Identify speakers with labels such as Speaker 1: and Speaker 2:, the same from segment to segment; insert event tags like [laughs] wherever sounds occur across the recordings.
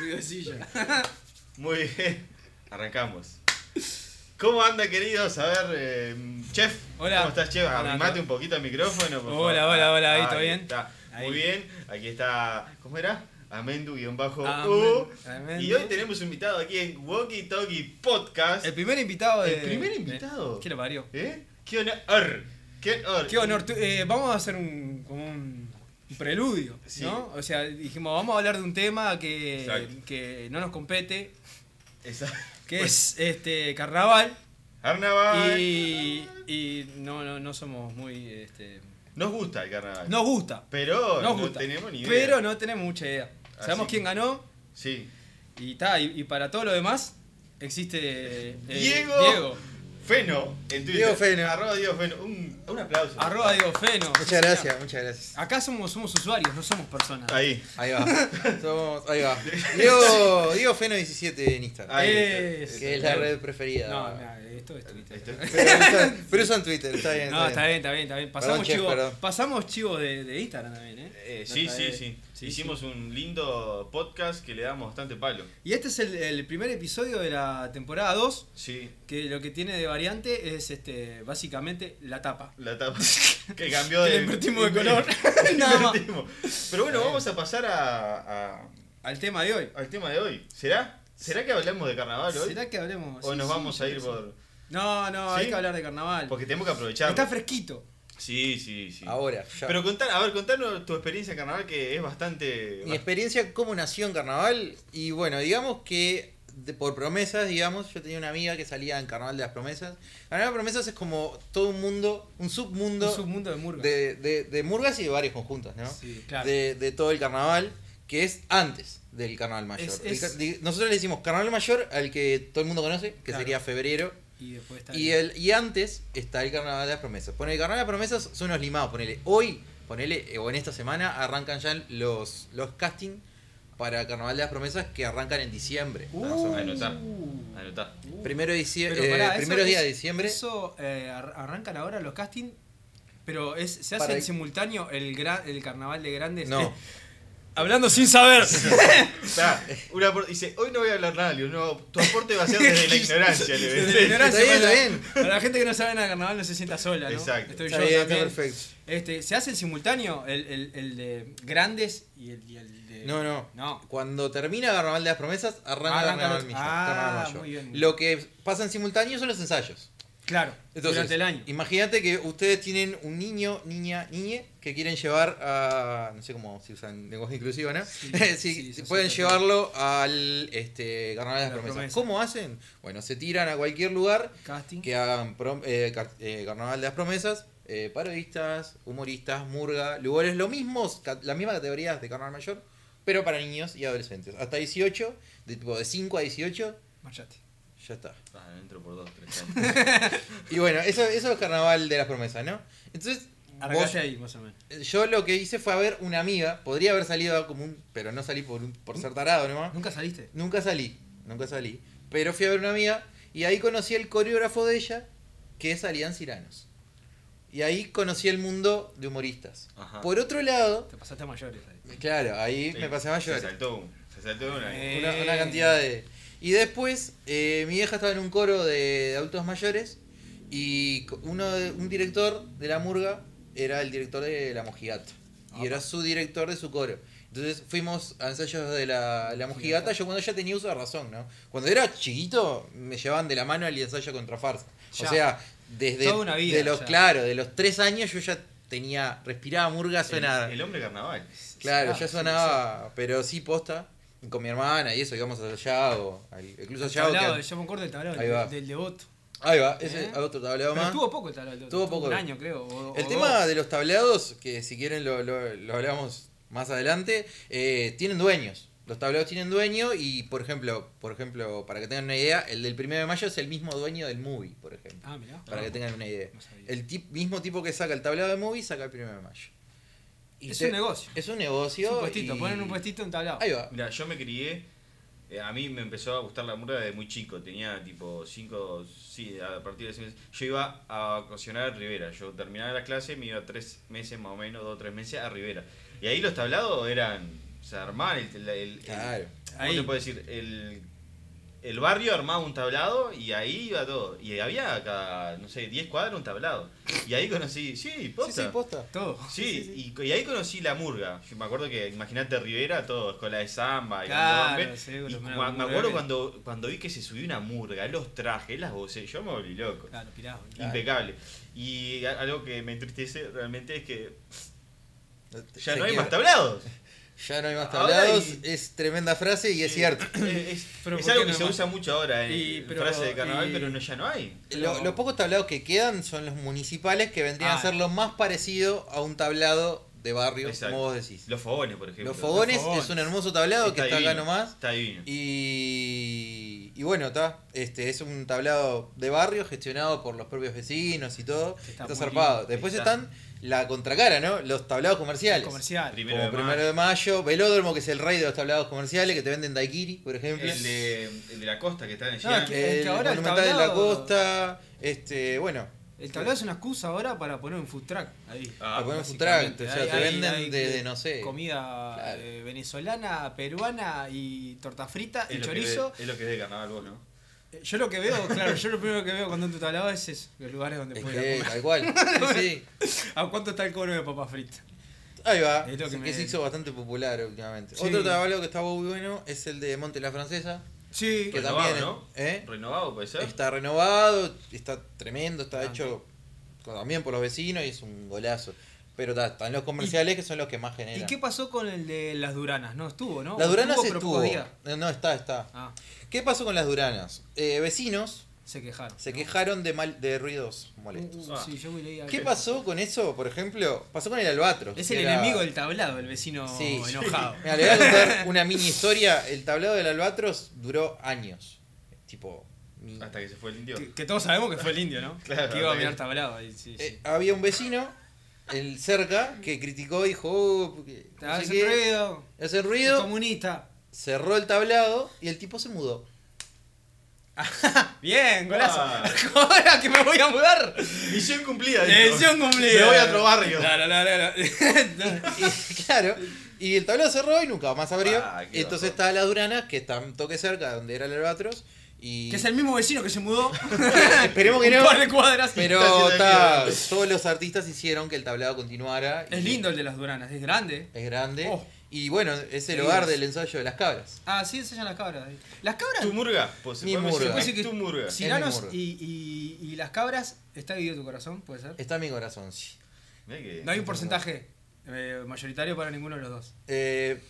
Speaker 1: Digo, sí, ya.
Speaker 2: Muy bien, arrancamos. ¿Cómo anda, queridos? A ver, eh, chef.
Speaker 1: Hola.
Speaker 2: ¿Cómo estás, chef?
Speaker 1: Hola,
Speaker 2: Arrimate
Speaker 1: hola.
Speaker 2: un poquito al micrófono, por favor.
Speaker 1: Hola, hola, hola, ahí,
Speaker 2: Ah,
Speaker 1: ¿todo bien?
Speaker 2: Está.
Speaker 1: Ahí.
Speaker 2: Muy bien, aquí está. ¿Cómo era? Amendu-U.
Speaker 1: Amen-
Speaker 2: Y hoy tenemos un invitado aquí en Walkie Talkie
Speaker 1: [laughs]
Speaker 2: Podcast.
Speaker 1: El primer invitado de.
Speaker 2: El primer invitado.
Speaker 1: Eh, ¿Qué lo parió?
Speaker 2: ¿Eh? ¡Qué honor! ¡Qué honor!
Speaker 1: Qué honor. tú- eh, vamos a hacer un, como un, un preludio,
Speaker 2: Sí.
Speaker 1: ¿no? O sea, dijimos, vamos a hablar de un tema que,
Speaker 2: Exacto.
Speaker 1: que no nos compete,
Speaker 2: Esa-
Speaker 1: que
Speaker 2: Bueno,
Speaker 1: es este carnaval.
Speaker 2: Carnaval.
Speaker 1: Y, y no, no, no somos muy. Este,
Speaker 2: Nos gusta el carnaval.
Speaker 1: nos gusta.
Speaker 2: Pero
Speaker 1: Nos
Speaker 2: no
Speaker 1: gusta.
Speaker 2: tenemos ni idea.
Speaker 1: Pero no tenemos mucha idea.
Speaker 2: Así
Speaker 1: Sabemos
Speaker 2: que-
Speaker 1: quién ganó
Speaker 2: Sí.
Speaker 1: y ta, y, y para todo lo demás existe eh,
Speaker 2: Diego.
Speaker 1: Diego.
Speaker 2: Feno en Twitter.
Speaker 3: Diego Feno.
Speaker 2: Arroba Diego Feno. Un, un aplauso.
Speaker 1: Arroba Diego Feno. Sí,
Speaker 3: Muchas
Speaker 1: señor.
Speaker 3: gracias, muchas gracias.
Speaker 1: Acá somos, somos usuarios, no somos personas.
Speaker 2: Ahí.
Speaker 3: Ahí va. Somos, ahí va. Diego, Diego Feno 17 en Instagram.
Speaker 2: Ahí
Speaker 1: Es-
Speaker 3: que es la red preferida.
Speaker 1: No, mira, esto es Twitter.
Speaker 2: Esto-
Speaker 3: Pero, usan, pero usan Twitter, está bien.
Speaker 1: No, está bien, está bien, está bien. Pasamos
Speaker 3: Perdón, chef,
Speaker 1: chivos
Speaker 3: perdón.
Speaker 1: pasamos chivo de, de Instagram también, ¿eh?
Speaker 2: Eh, sí,
Speaker 1: Otra
Speaker 2: sí,
Speaker 1: vez.
Speaker 2: sí,
Speaker 1: Sí,
Speaker 2: Hicimos un lindo podcast que le damos bastante palo.
Speaker 1: Y este es el, el primer episodio de la temporada 2,
Speaker 2: Sí.
Speaker 1: que lo que tiene de variante es este básicamente la tapa.
Speaker 2: La
Speaker 1: [laughs]
Speaker 2: tapa que cambió
Speaker 1: Que
Speaker 2: de.
Speaker 1: le invertimos de
Speaker 2: [laughs]
Speaker 1: color. [laughs] Nada más.
Speaker 2: Invertimos. Pero bueno, vamos a pasar a, a-
Speaker 1: Al tema de hoy.
Speaker 2: al tema de hoy. ¿Será? ¿Será que hablamos de carnaval hoy?
Speaker 1: ¿Será que hablemos?
Speaker 2: ¿O
Speaker 1: Sí,
Speaker 2: nos
Speaker 1: sí,
Speaker 2: vamos a
Speaker 1: yo
Speaker 2: ir
Speaker 1: qué sé.
Speaker 2: por.?
Speaker 1: No, no, hay
Speaker 2: ¿Sí?
Speaker 1: que hablar de carnaval.
Speaker 2: Porque tenemos que aprovechar.
Speaker 1: Está fresquito.
Speaker 2: Sí, sí, sí.
Speaker 3: Ahora, ya.
Speaker 2: Pero contar, a ver, contanos tu experiencia en carnaval que es bastante.
Speaker 3: Mi experiencia, cómo nació en carnaval. Y bueno, digamos que de- por promesas, digamos, yo tenía una amiga que salía en carnaval de las promesas. Carnaval de las promesas es como todo un mundo, un submundo
Speaker 1: Es un mundo de murga.
Speaker 3: de, de, de murgas y de varios conjuntos, ¿no?
Speaker 1: Sí, claro.
Speaker 3: de, de todo el carnaval, que es antes del carnaval mayor.
Speaker 1: Es-
Speaker 3: El
Speaker 1: es-
Speaker 3: ca- di- Nosotros le decimos carnaval mayor al que todo el mundo conoce, que
Speaker 1: Claro.
Speaker 3: sería febrero.
Speaker 1: Y después está
Speaker 3: Y, el, y antes está el carnaval de las promesas. Ponele, el carnaval de las promesas son los limados. Ponele, hoy, ponele, eh, o en esta semana, arrancan ya los, los castings para carnaval de las promesas que arrancan en diciembre.
Speaker 1: Uh,
Speaker 3: más o menos.
Speaker 2: Anotá.
Speaker 1: uh.
Speaker 2: Anotá.
Speaker 3: Primero, de dicie-
Speaker 1: Pero
Speaker 3: eh,
Speaker 1: pará, eso
Speaker 3: primeros
Speaker 1: es-
Speaker 3: días de diciembre.
Speaker 1: Eso eh, ar- arrancan ahora los castings, pero es, se hace
Speaker 3: Para
Speaker 1: en
Speaker 3: el-
Speaker 1: simultáneo el, gra- el carnaval de grandes. [laughs] eh,
Speaker 3: No.
Speaker 1: hablando sin
Speaker 3: [laughs]
Speaker 1: saber.
Speaker 2: Pará, una apor- dice, hoy no voy a hablar nada, Leo, no, tu aporte va a ser
Speaker 1: [laughs]
Speaker 2: desde la ignorancia, le
Speaker 1: Desde la ignorancia,
Speaker 3: Está bien,
Speaker 1: para,
Speaker 3: está bien.
Speaker 1: para la gente que no sabe nada de carnaval no se sienta sola, ¿no?
Speaker 2: Exacto.
Speaker 1: Estoy
Speaker 3: Está
Speaker 1: yo
Speaker 3: bien, está
Speaker 1: también.
Speaker 3: perfecto.
Speaker 1: Este, se hace en simultáneo el, el- el de grandes y el, y el de.
Speaker 3: No, no.
Speaker 1: No.
Speaker 3: Cuando termina Carnaval de las Promesas, arranca,
Speaker 1: Arranca
Speaker 3: Carnaval,
Speaker 1: los-
Speaker 3: Millo-
Speaker 1: Ah,
Speaker 3: Carnaval Mayor.
Speaker 1: muy bien, muy
Speaker 3: Lo que pasa en simultáneo son los ensayos.
Speaker 1: Claro.
Speaker 3: Entonces,
Speaker 1: durante el año.
Speaker 3: Imagínate que ustedes tienen un niño, niña, niñe que quieren llevar a. No sé cómo se usan lenguaje inclusivo, ¿no?
Speaker 1: Sí,
Speaker 3: [laughs] Sí,
Speaker 1: sí, se
Speaker 3: pueden
Speaker 1: usa
Speaker 3: llevarlo al este, Carnaval de las
Speaker 1: La
Speaker 3: Promesas.
Speaker 1: promesa.
Speaker 3: ¿Cómo hacen? Bueno, se tiran a cualquier lugar
Speaker 1: Casting.
Speaker 3: que hagan prom- eh, car- eh, Carnaval de las Promesas, eh, parodistas, humoristas, murga, lugares lo mismos, ca- las mismas categorías de Carnaval Mayor, pero para niños y adolescentes. Hasta 18, de tipo de 5 a 18,
Speaker 1: Marchate.
Speaker 3: ya está.
Speaker 2: Ah, entro por dos, [laughs] tres años.
Speaker 3: Y bueno, eso, eso es Carnaval de las Promesas, ¿no? Entonces,
Speaker 1: Arrancaste
Speaker 3: vos-
Speaker 1: ahí, más o menos.
Speaker 3: yo lo que hice fue a ver una amiga, podría haber salido como un, pero no salí por, un- por ser tarado nomás.
Speaker 1: ¿Nunca saliste?
Speaker 3: Nunca salí, nunca salí, pero fui a ver una amiga y ahí conocí al coreógrafo de ella, que es Alian Ciranos. Y ahí conocí el mundo de humoristas.
Speaker 2: Ajá.
Speaker 3: Por otro lado,
Speaker 1: Te pasaste a mayores ahí.
Speaker 3: claro, ahí
Speaker 2: Ah. Sí,
Speaker 3: me pasé a
Speaker 2: Se
Speaker 3: llorar.
Speaker 2: saltó, un- se saltó una.
Speaker 1: Eh.
Speaker 3: Una, una cantidad de... Y después, eh, mi vieja estaba en un coro de, de adultos mayores y co- uno de- un director de la murga era el director de La Mojigata.
Speaker 1: Apa.
Speaker 3: Y era su director de su coro. Entonces fuimos a ensayos de la, la Mojigata. Yo cuando ya tenía uso de razón, ¿no? Cuando era chiquito, me llevaban de la mano al ensayo contra farsa.
Speaker 1: Ya.
Speaker 3: O sea, desde.
Speaker 1: Toda una vida,
Speaker 3: de los,
Speaker 1: ya.
Speaker 3: Claro, de los tres años yo ya tenía. Respiraba murga, suena.
Speaker 2: El, el hombre carnaval.
Speaker 3: Claro,
Speaker 1: Ah,
Speaker 3: ya
Speaker 1: sí,
Speaker 3: sonaba, pero sí posta. y Con mi hermana y eso, íbamos a Sayago, al incluso
Speaker 1: Yo
Speaker 3: Sayago. que-
Speaker 1: yo me acuerdo del tablado
Speaker 3: Ahí
Speaker 1: del,
Speaker 3: va.
Speaker 1: del devoto.
Speaker 3: Ahí va, ese
Speaker 1: ¿Eh?
Speaker 3: es otro tablado
Speaker 1: Pero
Speaker 3: más.
Speaker 1: tuvo poco el tablado del
Speaker 3: Tuvo
Speaker 1: devoto.
Speaker 3: poco.
Speaker 1: Un año, creo. o-
Speaker 3: El
Speaker 1: o
Speaker 3: tema
Speaker 1: dos.
Speaker 3: de los tableados, que si quieren lo, lo, lo hablamos más adelante, eh, tienen dueños. Los tableados tienen dueño y, por ejemplo, por ejemplo, para que tengan una idea, el del 1 de mayo es el mismo dueño del movie, por ejemplo.
Speaker 1: Ah, mirá.
Speaker 3: Para que tengan una idea.
Speaker 1: No sabía.
Speaker 3: El tip- mismo tipo que saca el tablado de movie saca el 1 de mayo. Y
Speaker 1: es
Speaker 3: te-
Speaker 1: un negocio.
Speaker 3: Es un negocio.
Speaker 1: Es un puestito.
Speaker 3: y-
Speaker 1: Ponen un puestito en tablado.
Speaker 3: Ahí va.
Speaker 2: Mira, yo me crié. eh, a mí me empezó a gustar la murga desde muy chico. Tenía tipo 5, sí, a partir de 6 Yo iba a vacacionar a Rivera. Yo terminaba la clase, me iba tres meses más o menos, dos o tres meses a Rivera. Y ahí los tablados eran. Se armaban el, el- el- el-
Speaker 3: Claro.
Speaker 1: Ah,
Speaker 2: Vos
Speaker 1: Ahí.
Speaker 2: te puedo decir, el, el barrio armaba un tablado y ahí iba todo. Y había acá, no sé, 10 cuadras un tablado. Y ahí conocí, sí, posta.
Speaker 3: Sí, sí, posta.
Speaker 1: Todo.
Speaker 2: Sí,
Speaker 3: Sí,
Speaker 2: Y, y ahí conocí la murga. Yo me acuerdo que, imagínate Rivera, todo, escuela de samba y
Speaker 1: Claro,
Speaker 2: candombe.
Speaker 1: seguro,
Speaker 2: Y
Speaker 1: una
Speaker 2: cua- me
Speaker 1: murga
Speaker 2: acuerdo
Speaker 1: que-
Speaker 2: cuando, cuando vi que se subió una murga, los trajes, las voces, yo me volví loco.
Speaker 1: Ah, Claro, pirado. boludo.
Speaker 3: Claro.
Speaker 2: Impecable. Y a- algo que me entristece realmente es que ya
Speaker 3: Se
Speaker 2: no hay
Speaker 3: quiebra.
Speaker 2: más tablados.
Speaker 3: Ya no hay más
Speaker 2: Ahora
Speaker 3: tablados.
Speaker 2: hay-
Speaker 3: Es tremenda frase y es
Speaker 2: Eh,
Speaker 3: cierto.
Speaker 2: Es,
Speaker 1: Pero
Speaker 2: es
Speaker 1: ¿por
Speaker 2: algo
Speaker 1: qué
Speaker 2: que
Speaker 1: no
Speaker 2: se
Speaker 1: más?
Speaker 2: usa mucho ahora en
Speaker 1: Y,
Speaker 2: en
Speaker 1: pero-
Speaker 2: frase de carnaval,
Speaker 1: y-
Speaker 2: pero no, ya no hay.
Speaker 3: Lo-
Speaker 1: Pero-
Speaker 3: los pocos tablados que quedan son los municipales que vendrían
Speaker 1: Ah.
Speaker 3: a ser lo más parecido a un tablado de barrio,
Speaker 2: Exacto.
Speaker 3: como vos decís.
Speaker 2: Los fogones, por ejemplo.
Speaker 3: Los fogones,
Speaker 1: Los fogones.
Speaker 3: es un hermoso tablado que está acá
Speaker 2: divino,
Speaker 3: nomás.
Speaker 2: Está divino.
Speaker 3: Y, y bueno, está. Este, es un tablado de barrio gestionado por los propios vecinos y todo.
Speaker 1: Está
Speaker 3: Está,
Speaker 1: muy
Speaker 3: zarpado.
Speaker 1: lindo.
Speaker 3: Después
Speaker 2: Está.
Speaker 3: están la contracara, ¿no? Los tablados comerciales.
Speaker 1: Comercial.
Speaker 2: Primero de
Speaker 3: como primero
Speaker 2: mayo.
Speaker 3: de mayo, Velódromo, que es el rey de los tablados comerciales, que te venden Daikiri, por ejemplo.
Speaker 2: El de, el de la costa que está en
Speaker 1: No, es
Speaker 2: China.
Speaker 1: que-
Speaker 3: El,
Speaker 1: ahora el
Speaker 3: Monumental de la
Speaker 1: tablado-
Speaker 3: Costa. Este, bueno,
Speaker 1: El tablado es una excusa ahora para poner un food truck ahí.
Speaker 2: Ah,
Speaker 3: lo ponemos un track,
Speaker 1: Básicamente,
Speaker 3: o sea,
Speaker 1: hay-
Speaker 3: te
Speaker 1: hay-
Speaker 3: venden
Speaker 1: hay
Speaker 3: desde, no sé.
Speaker 1: Comida
Speaker 3: Claro.
Speaker 1: eh, venezolana, peruana y torta frita y
Speaker 2: es, lo que
Speaker 1: chorizo.
Speaker 2: ve- es lo que es de carnaval vos, ¿no?
Speaker 1: Eh, Yo lo que veo, claro, yo lo primero que veo cuando entro a tablado es eso, los lugares donde
Speaker 3: Es
Speaker 1: puedo
Speaker 3: que,
Speaker 1: ir a comer.
Speaker 3: tal cual. Sí,
Speaker 1: ¿A cuánto está el cobro de papas fritas?
Speaker 3: sí. Ahí va.
Speaker 1: Es lo que
Speaker 3: que,
Speaker 1: me-
Speaker 3: se hizo bastante popular últimamente.
Speaker 1: Sí.
Speaker 3: Otro tablado que está muy bueno es el de Monte la Francesa.
Speaker 1: Sí,
Speaker 3: Que
Speaker 2: Renovado,
Speaker 3: también.
Speaker 2: ¿no?
Speaker 3: ¿eh?
Speaker 2: Renovado puede ser.
Speaker 3: Está renovado, está tremendo, está
Speaker 1: Ah,
Speaker 3: hecho con- también por los vecinos y es un golazo. Pero está, están los comerciales que son los que más generan.
Speaker 1: ¿Y qué pasó con el de las Duranas? No estuvo, ¿no?
Speaker 3: Las Duranas
Speaker 1: pero
Speaker 3: estuvo.
Speaker 1: pocos días.
Speaker 3: No, no, está, está.
Speaker 1: Ah,
Speaker 3: ¿Qué pasó con las Duranas? Eh, vecinos
Speaker 1: se quejaron.
Speaker 3: se quejaron de mal de ruidos molestos.
Speaker 1: Uh,
Speaker 2: Ah.
Speaker 1: sí, yo leí algo.
Speaker 3: ¿Qué pasó con eso, por ejemplo? Pasó con el albatros.
Speaker 1: Es
Speaker 3: que
Speaker 1: el
Speaker 3: era-
Speaker 1: enemigo del tablado, el vecino
Speaker 3: Sí, sí. [laughs]
Speaker 1: enojado.
Speaker 3: Mira, le voy a
Speaker 1: [laughs]
Speaker 3: contar una mini historia. El tablado del albatros duró años. Tipo. ni-
Speaker 2: Hasta que se fue el indio.
Speaker 1: Que, que todos sabemos que fue el indio,
Speaker 3: [laughs]
Speaker 1: ¿no?
Speaker 2: Claro,
Speaker 1: que iba a
Speaker 2: sí.
Speaker 1: mirar tablado. y sí, sí.
Speaker 3: Eh, había un vecino el cerca que criticó, dijo, oh, porque no
Speaker 1: Te hace
Speaker 3: sé qué,
Speaker 1: ruido,
Speaker 3: hace
Speaker 1: ruido.
Speaker 3: ruido,
Speaker 1: Comunista.
Speaker 3: cerró el tablado y el tipo se mudó.
Speaker 1: Bien, golazo.
Speaker 2: Ah.
Speaker 1: [laughs] Ahora que me voy a mudar.
Speaker 2: Misión cumplida.
Speaker 3: Eh,
Speaker 2: dijo.
Speaker 1: Edición cumplida.
Speaker 2: Me voy a otro barrio.
Speaker 1: Claro, claro,
Speaker 3: [laughs]
Speaker 1: claro.
Speaker 3: Y, claro. Y el tablado cerró y nunca más abrió.
Speaker 2: Ah, qué
Speaker 3: Entonces
Speaker 2: bajón.
Speaker 3: está la Durana, que está un toque cerca donde era el albatros. Y
Speaker 1: que es el mismo vecino que se mudó.
Speaker 3: [laughs] esperemos que
Speaker 1: Un
Speaker 3: no.
Speaker 1: par de cuadras.
Speaker 3: Pero está, todos los artistas hicieron que el tablado continuara. y
Speaker 1: Es lindo el de las Duranas, es grande.
Speaker 3: Es grande.
Speaker 1: Oh.
Speaker 3: Y bueno, es el
Speaker 1: Sí.
Speaker 3: hogar del ensayo de las cabras.
Speaker 1: Ah, sí, se llaman las cabras. Las cabras.
Speaker 2: Tu murga. Pues, se
Speaker 3: Mi
Speaker 2: podemos
Speaker 3: murga.
Speaker 2: decir
Speaker 1: Puede
Speaker 2: que
Speaker 1: ser
Speaker 2: es tu
Speaker 1: que-
Speaker 2: murga.
Speaker 3: Sí.
Speaker 1: Ciranos
Speaker 3: Es mi
Speaker 1: y, y, y las cabras. ¿Está dividido tu corazón? ¿Puede ser?
Speaker 3: Está en mi corazón, sí.
Speaker 2: Mirá que-
Speaker 1: No hay un porcentaje eh, mayoritario para ninguno de los dos.
Speaker 3: Eh,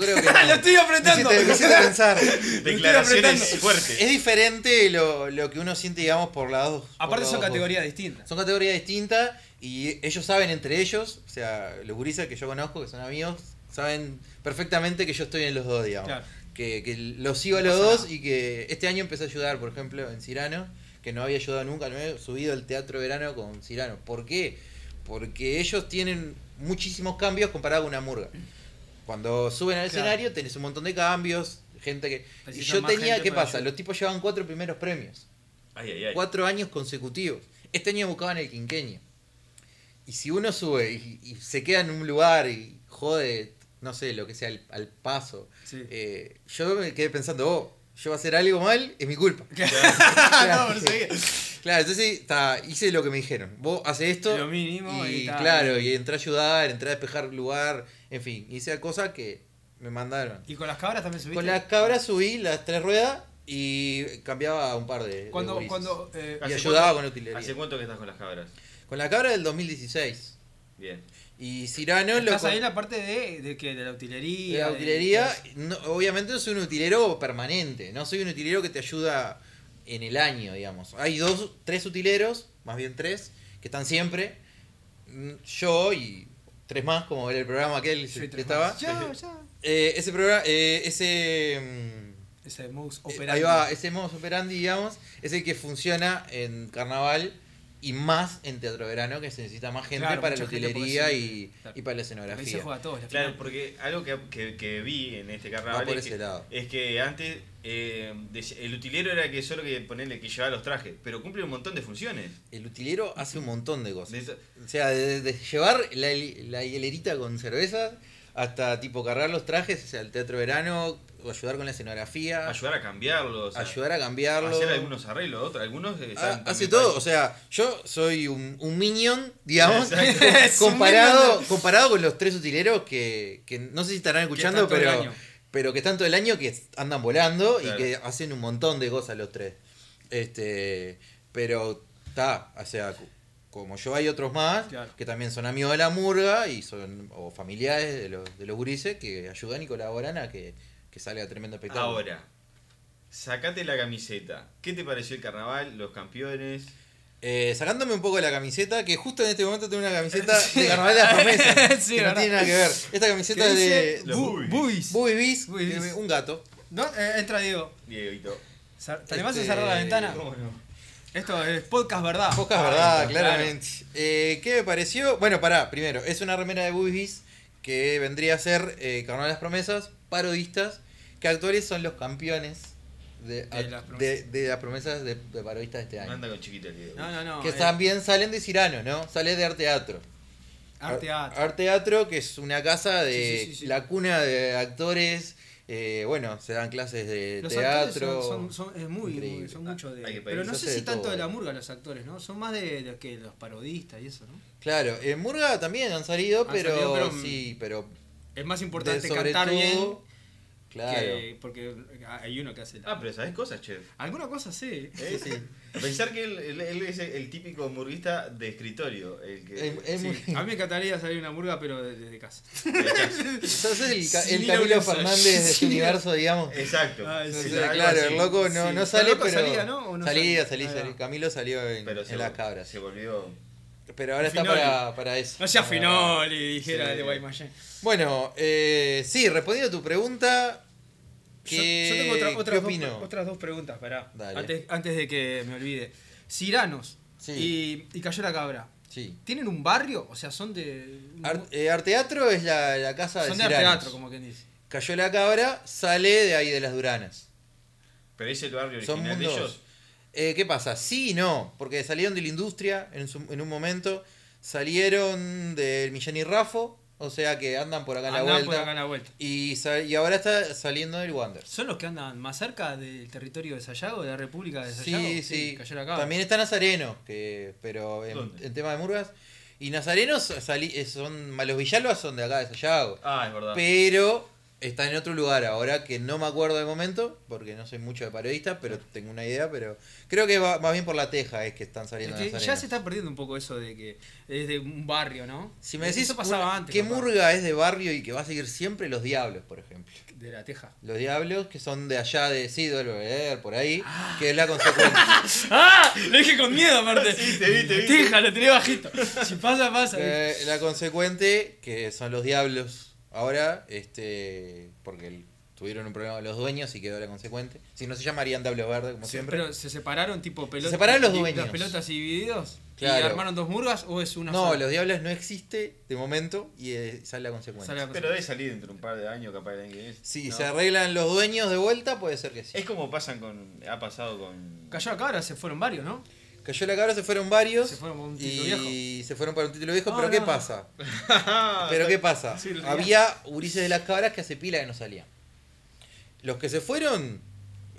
Speaker 1: [laughs]
Speaker 3: creo que. no.
Speaker 1: Lo estoy
Speaker 3: Me
Speaker 1: apretando.
Speaker 3: hiciste- me hiciste
Speaker 1: [laughs]
Speaker 3: pensar.
Speaker 2: Declaraciones
Speaker 1: apretando.
Speaker 2: fuertes.
Speaker 3: Es diferente lo, lo que uno siente, digamos, por las dos. por
Speaker 1: Aparte
Speaker 3: los
Speaker 1: son
Speaker 3: dos.
Speaker 1: categorías distintas.
Speaker 3: Son categorías distintas y ellos saben entre ellos, o sea, los gurises que yo conozco, que son amigos, saben perfectamente que yo estoy en los dos, digamos.
Speaker 1: Claro.
Speaker 3: Que, que los sigo a los
Speaker 1: pasa
Speaker 3: dos
Speaker 1: nada.
Speaker 3: y que este año empecé a ayudar, por ejemplo, en Cirano, que no había ayudado nunca, no he subido al teatro verano con Cirano. ¿Por qué? Porque ellos tienen muchísimos cambios comparado con una murga. Cuando suben al
Speaker 1: Claro.
Speaker 3: escenario tenés un montón de cambios, gente que... Y
Speaker 1: Necesitan
Speaker 3: yo
Speaker 1: más
Speaker 3: tenía,
Speaker 1: gente
Speaker 3: ¿qué
Speaker 1: para
Speaker 3: pasa?
Speaker 1: ayudar.
Speaker 3: Los tipos llevan cuatro primeros premios
Speaker 2: Ay, ay, ay.
Speaker 3: cuatro años consecutivos. Este año buscaban el quinqueño. Y si uno sube y, y se queda en un lugar y jode, no sé, lo que sea, al, al paso,
Speaker 1: Sí. [laughs]
Speaker 3: eh, yo me quedé pensando, oh, yo voy a hacer algo mal, es mi culpa.
Speaker 1: [laughs] no, por seguir.
Speaker 3: Claro, entonces ta, hice lo que me dijeron. Vos haces esto.
Speaker 1: Lo mínimo
Speaker 3: Y,
Speaker 1: y ta.
Speaker 3: claro, y entré a ayudar, entré a despejar lugar, en fin, hice cosas que me mandaron.
Speaker 1: ¿Y con las cabras también subiste?
Speaker 3: Con las cabras subí las tres ruedas y cambiaba un par de. de
Speaker 1: Cuando,
Speaker 3: gurises.
Speaker 1: cuando, eh,
Speaker 3: Y
Speaker 2: ¿Hace
Speaker 3: ayudaba
Speaker 2: cuánto-
Speaker 3: con utilería.
Speaker 2: ¿Hace cuánto que estás con las cabras?
Speaker 3: Con la cabra del 2016.
Speaker 2: Bien.
Speaker 3: Y Cirano lo
Speaker 1: estás
Speaker 3: con-
Speaker 1: ahí en la eh, parte de, de, que, de la
Speaker 3: de
Speaker 1: utilería.
Speaker 3: la
Speaker 1: de-
Speaker 3: utilería. no- obviamente no soy un utilero permanente, no soy un utilero que te ayuda en el año, digamos. Hay dos, tres utileros, más bien tres, que están siempre. Mm, Yo y tres más, como era el programa aquel
Speaker 1: Yo y
Speaker 3: que
Speaker 1: tres
Speaker 3: estaba.
Speaker 1: más. Ya, ya.
Speaker 3: Eh, ese programa, eh, ese... mm,
Speaker 1: Ese mouse
Speaker 3: Eh,
Speaker 1: operando.
Speaker 3: Ahí va, ese modus operandi, digamos, es el que funciona en carnaval y más en teatro verano, que se necesita más gente
Speaker 1: Claro,
Speaker 3: para la
Speaker 1: mucha gente, porque
Speaker 3: utilería
Speaker 1: sí,
Speaker 3: y,
Speaker 1: claro.
Speaker 3: y para
Speaker 1: Porque
Speaker 3: la
Speaker 1: ahí se
Speaker 3: escenografía.
Speaker 1: juega todo. es la
Speaker 2: Claro,
Speaker 1: final.
Speaker 2: porque algo que, que- que vi en este
Speaker 3: Va
Speaker 2: carnaval
Speaker 3: por
Speaker 2: es,
Speaker 3: ese
Speaker 2: que,
Speaker 3: lado.
Speaker 2: es que antes eh, dec- el utilero era que solo que ponerle que llevaba los trajes, pero cumple un montón de funciones.
Speaker 3: El utilero hace un montón de cosas.
Speaker 2: De eso-
Speaker 3: O sea, de, de llevar la, hel- la hielerita con cerveza hasta tipo cargar los trajes, o sea, el teatro verano, o ayudar con la escenografía,
Speaker 2: Ayudar a cambiarlo. o sea,
Speaker 3: ayudar a cambiarlo.
Speaker 2: Hacer algunos arreglos, otros. Algunos. eh,
Speaker 3: Ah,
Speaker 2: saben
Speaker 3: hace
Speaker 2: también
Speaker 3: todo,
Speaker 2: para-
Speaker 3: o sea, yo soy un, un minion, digamos, [laughs]
Speaker 2: Exacto.
Speaker 1: [laughs] Es un
Speaker 3: comparado,
Speaker 1: minion.
Speaker 3: comparado con los tres utileros que, que no sé si estarán
Speaker 1: Que
Speaker 3: escuchando,
Speaker 1: está todo el
Speaker 3: pero,
Speaker 1: año.
Speaker 3: pero que están todo el año que andan volando
Speaker 2: Claro.
Speaker 3: y que hacen un montón de cosas los tres. Este, pero está, o sea, cu- como yo hay otros más
Speaker 1: Claro.
Speaker 3: que también son amigos de la murga y son o familiares de los, de los gurises que ayudan y colaboran a que, que salga tremendo
Speaker 1: Ah,
Speaker 3: espectáculo.
Speaker 2: Ahora, sacate la camiseta. ¿Qué te pareció el carnaval? Los campeones.
Speaker 3: Eh, sacándome un poco de la camiseta, que justo en este momento tengo
Speaker 1: [laughs]
Speaker 3: una camiseta de Carnaval de las Promesas.
Speaker 1: Sí,
Speaker 3: que no
Speaker 1: ¿verdad?
Speaker 3: tiene nada que ver. Esta camiseta es de
Speaker 2: Los
Speaker 1: Bu-
Speaker 2: boobies.
Speaker 1: boobies.
Speaker 3: Bobby Bis,
Speaker 1: Bobby
Speaker 3: que es
Speaker 1: Bis.
Speaker 3: un gato.
Speaker 1: No, eh, entra Diego.
Speaker 2: Dieguito.
Speaker 1: Zar- ¿Te animás
Speaker 3: Este,
Speaker 1: a cerrar la ventana?
Speaker 3: ¿cómo
Speaker 1: Esto es podcast verdad.
Speaker 3: Pocas
Speaker 1: Ah,
Speaker 3: verdad,
Speaker 1: claro.
Speaker 3: claramente. Eh, ¿Qué me pareció? Bueno, pará, primero, es una remera de Bobby Bis que vendría a ser eh, Carnaval de las Promesas, parodistas, que actuales son los campeones de,
Speaker 1: De las promesas.
Speaker 3: de- de las promesas de, de parodistas de este
Speaker 2: No
Speaker 3: año.
Speaker 2: anda con chiquita el Diego.
Speaker 1: No, no, no.
Speaker 3: que
Speaker 1: eh,
Speaker 3: también salen de Cirano, ¿no? Sale de Arte Teatro.
Speaker 1: Arte, arte.
Speaker 3: Art Teatro, que es una casa de
Speaker 1: Sí, sí, sí, sí.
Speaker 3: la cuna de actores. eh, bueno, se dan clases de
Speaker 1: Los
Speaker 3: teatro.
Speaker 1: actores son, son- son- es muy,
Speaker 3: Increíble.
Speaker 1: son mucho de.
Speaker 2: Hay que
Speaker 1: Pero no
Speaker 3: pedirse
Speaker 1: sé si
Speaker 3: de
Speaker 1: tanto
Speaker 3: todo.
Speaker 1: de la murga los actores, ¿no? Son más de los que los parodistas y eso, ¿no?
Speaker 3: Claro, en Murga también han salido,
Speaker 1: Han
Speaker 3: pero,
Speaker 1: salido, pero-
Speaker 3: sí, pero
Speaker 1: Es más
Speaker 3: de-
Speaker 1: importante
Speaker 3: sobre
Speaker 1: cantar bien
Speaker 3: todo, Claro.
Speaker 1: que- porque hay uno que hace la-
Speaker 2: Ah, pero sabes cosas, che.
Speaker 1: Alguna cosa sé.
Speaker 2: ¿Eh? Pensar que él, él- él es el típico murguista de escritorio. El que.
Speaker 3: Es- es muy-
Speaker 1: A mí me encantaría salir una murga, pero de- desde
Speaker 3: [laughs]
Speaker 1: casa.
Speaker 3: Sos el, ca- el
Speaker 1: Silvio
Speaker 3: Camilo
Speaker 1: González. [laughs]
Speaker 3: Fernández de su
Speaker 1: Silvio.
Speaker 3: universo, digamos.
Speaker 2: Exacto.
Speaker 1: Ay,
Speaker 3: O
Speaker 1: sí,
Speaker 3: sea,
Speaker 2: algo
Speaker 3: claro,
Speaker 2: así.
Speaker 3: el loco no,
Speaker 1: sí.
Speaker 3: no
Speaker 1: Pero
Speaker 3: sale,
Speaker 1: loco
Speaker 3: pero.
Speaker 1: salía, ¿no? ¿O no salía?
Speaker 3: salía, salía,
Speaker 1: Ahí va.
Speaker 3: salía. Camilo salió en,
Speaker 2: Pero
Speaker 3: en
Speaker 2: se,
Speaker 3: las cabras.
Speaker 2: se volvió.
Speaker 3: Pero ahora está
Speaker 2: Finoli.
Speaker 3: para, para eso.
Speaker 1: No sea
Speaker 3: para-
Speaker 1: Finoli, dijera
Speaker 2: Sí.
Speaker 1: de Guaymallén.
Speaker 3: Bueno, eh, sí, respondiendo a tu pregunta, ¿qué,
Speaker 1: Yo, yo tengo otra- otras,
Speaker 3: ¿qué
Speaker 1: dos,
Speaker 3: opino?
Speaker 1: otras dos preguntas, pará.
Speaker 3: Dale.
Speaker 1: Antes, antes de que me olvide. Ciranos
Speaker 3: Sí.
Speaker 1: y, y Cayó la Cabra.
Speaker 3: Sí.
Speaker 1: ¿Tienen un barrio? O sea, son de.
Speaker 3: Ar- eh, Arteatro es la, la casa
Speaker 1: son
Speaker 3: de
Speaker 1: de arte
Speaker 3: Ciranos.
Speaker 1: teatro, como quien dice.
Speaker 3: Cayó la cabra, sale de ahí de las Duranas.
Speaker 2: Pero es el barrio
Speaker 3: Son
Speaker 2: original de
Speaker 3: mundos.
Speaker 2: ellos.
Speaker 3: Eh, ¿Qué pasa? Sí y no, porque salieron de la industria en, su- en un momento, salieron del Millán y Rafo, o sea que andan por acá en la
Speaker 1: Andaban por
Speaker 3: vuelta.
Speaker 1: acá en la vuelta.
Speaker 3: Y, sal- y ahora está saliendo del Wander.
Speaker 1: ¿Son los que andan más cerca del territorio de Sayago, de la República de Sayago?
Speaker 3: Sí, sí.
Speaker 1: Cayó la Cabra.
Speaker 3: También está Nazareno, que, pero en,
Speaker 2: ¿Dónde?
Speaker 3: en tema de murgas. Y Nazareno sali- eh, son, los Villalba son de acá de Sayago.
Speaker 2: Ah, es verdad.
Speaker 3: Pero está en otro lugar ahora que no me acuerdo de momento, porque no soy mucho de parodista, pero tengo una idea, pero creo que va más bien por la teja es que están saliendo
Speaker 1: Es que
Speaker 3: las
Speaker 1: ya
Speaker 3: arenas.
Speaker 1: se está perdiendo un poco eso de que es de un barrio, ¿no?
Speaker 3: Si me decís
Speaker 1: eso pasaba
Speaker 3: una-
Speaker 1: antes.
Speaker 3: qué
Speaker 1: capaz.
Speaker 3: murga es de barrio y que va a seguir siempre los diablos, por ejemplo.
Speaker 1: De la teja. [laughs]
Speaker 3: Los diablos que son de allá de sí, del Belvedere, por ahí, que es la consecuencia.
Speaker 1: ¡Ah! Lo dije con miedo,
Speaker 3: [laughs]
Speaker 1: aparte.
Speaker 2: Sí, te vi, te vi.
Speaker 1: Teja, lo tiré bajito. Si pasa, pasa.
Speaker 3: Eh, la consecuente que son los diablos ahora, este, porque el- tuvieron un problema los dueños y quedó la consecuente. Si no se llamarían Diablos Verdes como siempre.
Speaker 1: Pero se separaron tipo pelotas.
Speaker 3: separaron los
Speaker 1: y-
Speaker 3: dueños.
Speaker 1: Las pelotas y divididos.
Speaker 3: Claro.
Speaker 1: ¿Y armaron dos murgas o es una
Speaker 3: No,
Speaker 1: sola?
Speaker 3: los diablos no existe de momento y eh, sale la consecuencia.
Speaker 1: Sale la-
Speaker 2: Pero debe salir dentro de un par de años, capaz el año que viene.
Speaker 3: Si
Speaker 2: No.
Speaker 3: se arreglan los dueños de vuelta, puede ser que sí.
Speaker 2: Es como pasan con. Ha pasado con.
Speaker 1: Cayó acá, ahora se fueron varios, ¿no?
Speaker 3: Cayó la cabra, se fueron varios.
Speaker 1: Se fueron por un título
Speaker 3: y se fueron para un título viejo,
Speaker 1: No,
Speaker 3: pero ¿qué
Speaker 1: no. [laughs]
Speaker 3: pasa? pero ¿qué pasa?
Speaker 1: Sí, lo
Speaker 3: Había urises de las cabras que hace pila que no salían. Los que se fueron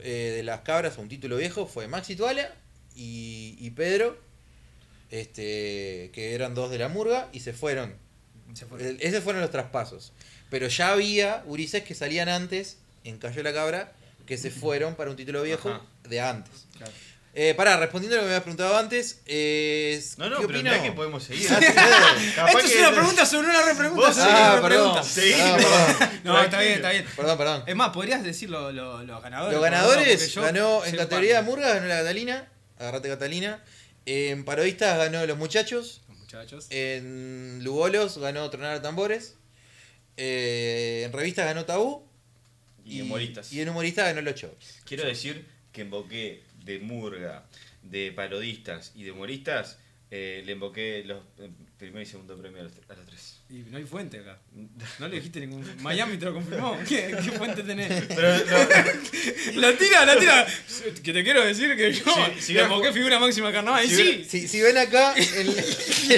Speaker 3: eh, de las cabras a un título viejo fue Maxi Tuala y, y Pedro, este, que eran dos de la murga, y se fueron
Speaker 1: Se
Speaker 2: Eh,
Speaker 1: fueron.
Speaker 3: El- Esos fueron los traspasos. Pero ya había Urises que salían antes, en Cayó la Cabra, que se fueron para un título viejo
Speaker 2: Ajá.
Speaker 3: de antes.
Speaker 1: Claro.
Speaker 3: Eh, pará, respondiendo a lo que me habías preguntado antes, eh,
Speaker 2: No, no,
Speaker 3: ¿qué
Speaker 2: pero
Speaker 3: opino?
Speaker 2: mirá que podemos seguir.
Speaker 3: Ah,
Speaker 2: [laughs]
Speaker 3: sí.
Speaker 2: Capaz
Speaker 1: Esto es
Speaker 2: que-
Speaker 1: una pregunta sobre una repregunta.
Speaker 2: Vos
Speaker 1: sobre
Speaker 2: seguí,
Speaker 1: una
Speaker 3: ah,
Speaker 2: me
Speaker 3: perdón.
Speaker 1: repregunta.
Speaker 2: Sí, [laughs]
Speaker 3: Ah, perdón.
Speaker 1: No, está bien, está bien.
Speaker 3: Perdón, perdón.
Speaker 1: Es más, podrías decir lo- lo- los ganadores.
Speaker 3: Los
Speaker 1: por favor,
Speaker 3: ganadores
Speaker 1: porque yo
Speaker 3: ganó en
Speaker 1: sé
Speaker 3: categoría
Speaker 1: un par.
Speaker 3: Murga, ganó la Catalina, agarrate Catalina. En parodistas ganó Los Muchachos.
Speaker 1: Los muchachos.
Speaker 3: En Lugolos ganó Tronar Tambores. eh, en revistas ganó Tabú.
Speaker 2: Y humoristas.
Speaker 3: Y en humoristas ganó Los Chovis.
Speaker 2: Quiero decir que invoqué de murga, de parodistas y de humoristas eh, le invoqué los eh, primer y segundo premio a los, a los tres.
Speaker 1: Y no hay fuente acá. No le dijiste ningún. Miami te lo confirmó. [laughs] ¿Qué, qué fuente tenés?
Speaker 2: Pero no,
Speaker 1: [laughs] La tira, la tira. Que te quiero decir que yo.
Speaker 2: Si- si
Speaker 1: le
Speaker 2: hubiera-
Speaker 1: invoqué figura máxima de carnaval. Y
Speaker 2: si
Speaker 1: sí.
Speaker 3: Si, si ven acá, en, [laughs]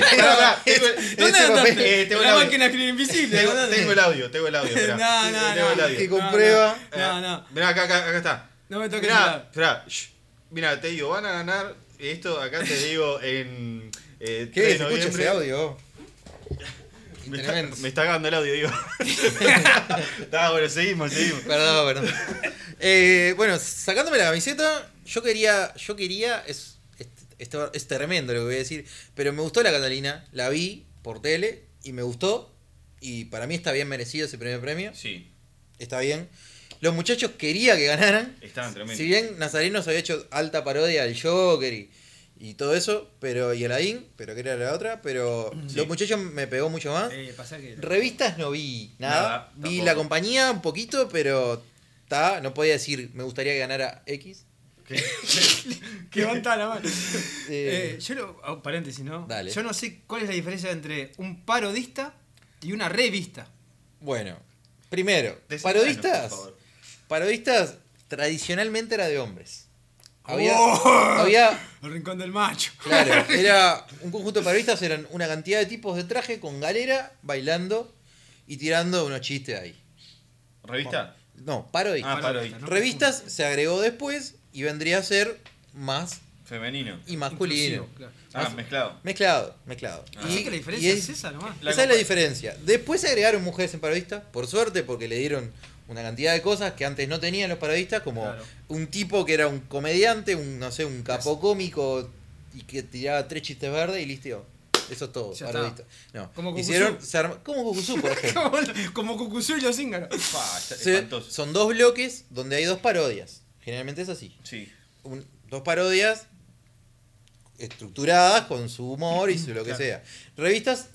Speaker 2: pará, pará, tengo, el-
Speaker 1: ¿Dónde
Speaker 3: ese
Speaker 1: andaste?
Speaker 2: papel- eh, tengo
Speaker 1: En la
Speaker 2: el audio.
Speaker 1: máquina de escribir invisible.
Speaker 2: tengo,
Speaker 1: ¿dónde?
Speaker 2: tengo el audio, tengo
Speaker 1: [laughs]
Speaker 2: el [laughs] audio. Mirá,
Speaker 1: No, no,
Speaker 2: tengo el
Speaker 1: no.
Speaker 2: audio.
Speaker 3: que
Speaker 1: No, no.
Speaker 3: comprueba.
Speaker 1: No,
Speaker 2: Eh,
Speaker 1: no.
Speaker 2: Mirá, acá, acá, acá está.
Speaker 1: No me toques
Speaker 2: Mirá,
Speaker 1: nada.
Speaker 2: mirá, shh. mirá, te digo, van a ganar esto acá te digo en eh,
Speaker 3: ¿Qué?
Speaker 2: 3
Speaker 3: ¿Se
Speaker 2: de
Speaker 3: escucha ese
Speaker 2: noviembre.
Speaker 3: audio?
Speaker 2: Me está,
Speaker 3: Tremendo.
Speaker 2: me está cagando el
Speaker 3: [laughs]
Speaker 2: audio, digo. Está bueno, seguimos, seguimos.
Speaker 3: Perdón, perdón. Eh, bueno, sacándome la camiseta, yo quería, yo quería, es, es, es- es tremendo lo que voy a decir, pero me gustó la Catalina, la vi por tele y me gustó y para mí está bien merecido ese primer premio,
Speaker 2: Sí,
Speaker 3: está bien. Los muchachos quería que ganaran,
Speaker 2: estaban tremendos.
Speaker 3: si bien Nazareno se había hecho alta parodia al Joker y, y todo eso, pero y Aladdin, pero que era la otra, pero
Speaker 2: Sí.
Speaker 3: los muchachos me pegó mucho más.
Speaker 1: Eh, pasa que.
Speaker 3: Revistas no vi nada.
Speaker 2: Nada,
Speaker 3: vi
Speaker 2: tampoco.
Speaker 3: la compañía un poquito, pero ta, no podía decir me gustaría que ganara X.
Speaker 2: ¿Qué?
Speaker 1: Levanta la
Speaker 3: [laughs]
Speaker 1: mano.
Speaker 3: Eh,
Speaker 1: Eh, yo lo. ah, paréntesis, ¿no?
Speaker 3: Dale.
Speaker 1: Yo no sé cuál es la diferencia entre un parodista y una revista.
Speaker 3: Bueno, primero,
Speaker 2: Desentranos, por
Speaker 3: parodistas.
Speaker 2: favor.
Speaker 3: Parodistas tradicionalmente era de hombres. Había,
Speaker 1: ¡Oh!
Speaker 3: había
Speaker 1: El rincón del macho. [laughs]
Speaker 3: claro, era un conjunto de parodistas, eran una cantidad de tipos de traje con galera, bailando y tirando unos chistes ahí.
Speaker 2: ¿Revista?
Speaker 3: No, parodistas.
Speaker 2: Ah, parodista.
Speaker 1: no
Speaker 3: Revistas se agregó después y vendría a ser más
Speaker 2: Femenino.
Speaker 3: y
Speaker 1: confundas.
Speaker 3: masculino.
Speaker 1: Inclusivo, claro.
Speaker 2: Ah, mezclado.
Speaker 3: Mezclado, mezclado.
Speaker 2: Ah.
Speaker 1: Así que la diferencia
Speaker 3: y
Speaker 1: es, esa nomás.
Speaker 2: La
Speaker 3: esa es la
Speaker 2: compa-
Speaker 3: diferencia. Después se agregaron mujeres en parodistas, por suerte, porque le dieron una cantidad de cosas que antes no tenían los parodistas, como
Speaker 1: Claro.
Speaker 3: un tipo que era un comediante, un, no sé, un capo cómico y que tiraba tres chistes verdes y listo. Eso es todo,
Speaker 1: Ya
Speaker 3: parodista. No.
Speaker 1: Como Cucuzú.
Speaker 3: Hicieron, se arma- como
Speaker 1: [laughs]
Speaker 3: Cucuzú, por ejemplo.
Speaker 1: Como, [laughs] como Cucuzú y los íngaros.
Speaker 2: Pa, está
Speaker 3: Se-
Speaker 2: espantoso.
Speaker 3: son dos bloques donde hay dos parodias. Generalmente es así.
Speaker 2: Sí.
Speaker 3: un- dos parodias estructuradas con su humor y
Speaker 1: [laughs]
Speaker 3: su lo que
Speaker 1: Claro.
Speaker 3: sea. Revistas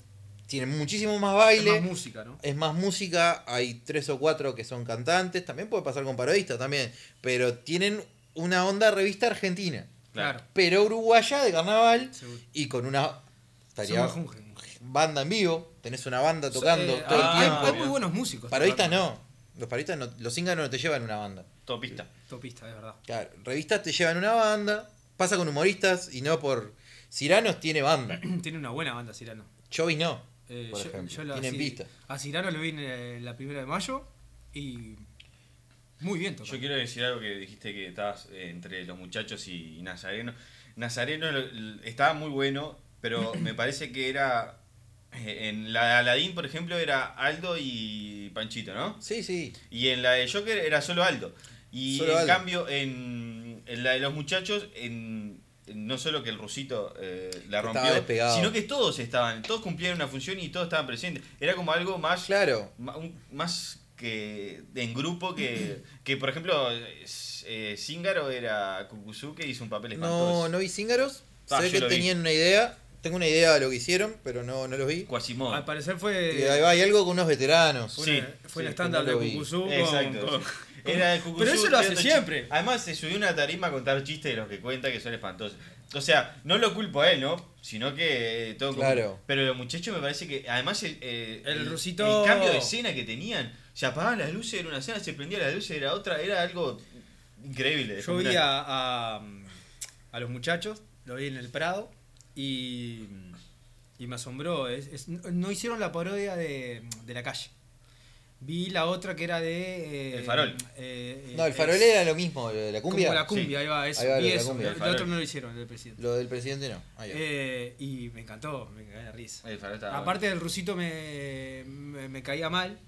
Speaker 3: tienen muchísimo más
Speaker 1: Es
Speaker 3: baile,
Speaker 1: más
Speaker 3: es más,
Speaker 1: música, ¿no?
Speaker 3: música, hay tres o cuatro que son cantantes, también puede pasar con parodistas también, pero tienen una onda revista argentina,
Speaker 2: Claro.
Speaker 1: Claro.
Speaker 3: pero uruguaya de carnaval
Speaker 1: Seguro.
Speaker 3: y con una estaría
Speaker 1: Son muy jungles.
Speaker 3: banda en vivo, tenés una banda tocando
Speaker 1: Eh,
Speaker 3: todo
Speaker 1: hay-
Speaker 3: el tiempo.
Speaker 1: Hay
Speaker 2: bien.
Speaker 1: muy buenos músicos.
Speaker 3: Parodistas
Speaker 1: tocando.
Speaker 3: ah, no, los parodistas no, los ínganos no te llevan una banda.
Speaker 2: Topista.
Speaker 1: Topista, es verdad. [clears throat]
Speaker 3: Claro, revistas te llevan una banda, pasa con humoristas y no por. Ciranos tiene banda,
Speaker 1: Tiene una buena banda Cirano.
Speaker 3: Chovis no.
Speaker 1: Eh,
Speaker 3: Por ejemplo,
Speaker 1: la-
Speaker 3: tienen
Speaker 1: sí,
Speaker 3: vista.
Speaker 1: A Cirano lo vi en eh, la primera de mayo y. Muy bien tocado.
Speaker 2: Yo quiero decir algo que dijiste que estabas eh, entre los muchachos y, y Nazareno. Nazareno lo- l- estaba muy bueno,
Speaker 3: [laughs]
Speaker 2: pero me parece que era. eh, En la de Aladín, por ejemplo, era Aldo y Panchito, ¿no?
Speaker 3: Sí, sí.
Speaker 2: Y en la de Joker era solo Aldo. Y
Speaker 3: Solo
Speaker 2: en
Speaker 3: Aldo.
Speaker 2: cambio, en, en la de los muchachos, en, en- no solo que el rusito eh, la
Speaker 3: Estaba
Speaker 2: rompió,
Speaker 3: despegado.
Speaker 2: sino que todos estaban, todos cumplían una función y todos estaban presentes. Era como algo más,
Speaker 3: Claro.
Speaker 2: ma- un- más que en grupo
Speaker 3: [clears throat]
Speaker 2: que, que por ejemplo, es- eh, Zíngaro era Cucuzú que hizo un papel espantoso.
Speaker 3: No, no vi cíngaros.
Speaker 2: Ah,
Speaker 3: sé
Speaker 2: yo
Speaker 3: que
Speaker 2: lo vi.
Speaker 3: tenían una idea. Tengo una idea de lo que hicieron, pero no, no los vi.
Speaker 2: Quasimodo.
Speaker 1: Al parecer
Speaker 3: Y ahí
Speaker 1: fue.
Speaker 3: va, hay algo con unos veteranos.
Speaker 1: Fue,
Speaker 2: Sí,
Speaker 1: una- fue el
Speaker 2: sí,
Speaker 1: estándar
Speaker 3: no lo
Speaker 1: de
Speaker 3: vi.
Speaker 1: Cucuzú. con-
Speaker 2: Exacto.
Speaker 1: con-
Speaker 2: Era el Cucuzú
Speaker 1: Pero eso lo hace
Speaker 2: tirando chi-
Speaker 1: siempre.
Speaker 2: Además, se subió a una tarima a contar chistes de los que cuenta que son espantosos. O sea, no lo culpo a él, ¿no? Sino que eh, todo. como-
Speaker 3: Claro.
Speaker 2: Pero los muchachos me parece que. Además, el, eh,
Speaker 1: El rusito-
Speaker 2: el cambio de escena que tenían. Se apagaban las luces, era una escena, se prendían las luces, era otra. Era algo increíble.
Speaker 1: Yo vi
Speaker 2: descomunal.
Speaker 1: a, a, a los muchachos, lo vi en el Prado y,
Speaker 2: Mm,
Speaker 1: y me asombró. Es- es- no hicieron la parodia de, de la calle. Vi la otra que era de. eh,
Speaker 2: El Farol.
Speaker 1: eh,
Speaker 3: No, el
Speaker 1: es-
Speaker 3: farol era lo mismo, lo de la cumbia.
Speaker 1: Como la cumbia, ahí va, eso.
Speaker 3: Ahí va,
Speaker 1: vi
Speaker 3: lo de la
Speaker 1: eso.
Speaker 3: cumbia,
Speaker 1: Lo-
Speaker 2: el
Speaker 1: lo otro
Speaker 2: Farol.
Speaker 1: no lo hicieron, el presidente.
Speaker 3: Lo del presidente no. Ahí va.
Speaker 1: Eh, y me encantó, me cagué de risa.
Speaker 2: El farol estaba
Speaker 1: Aparte del rusito me, me, me caía mal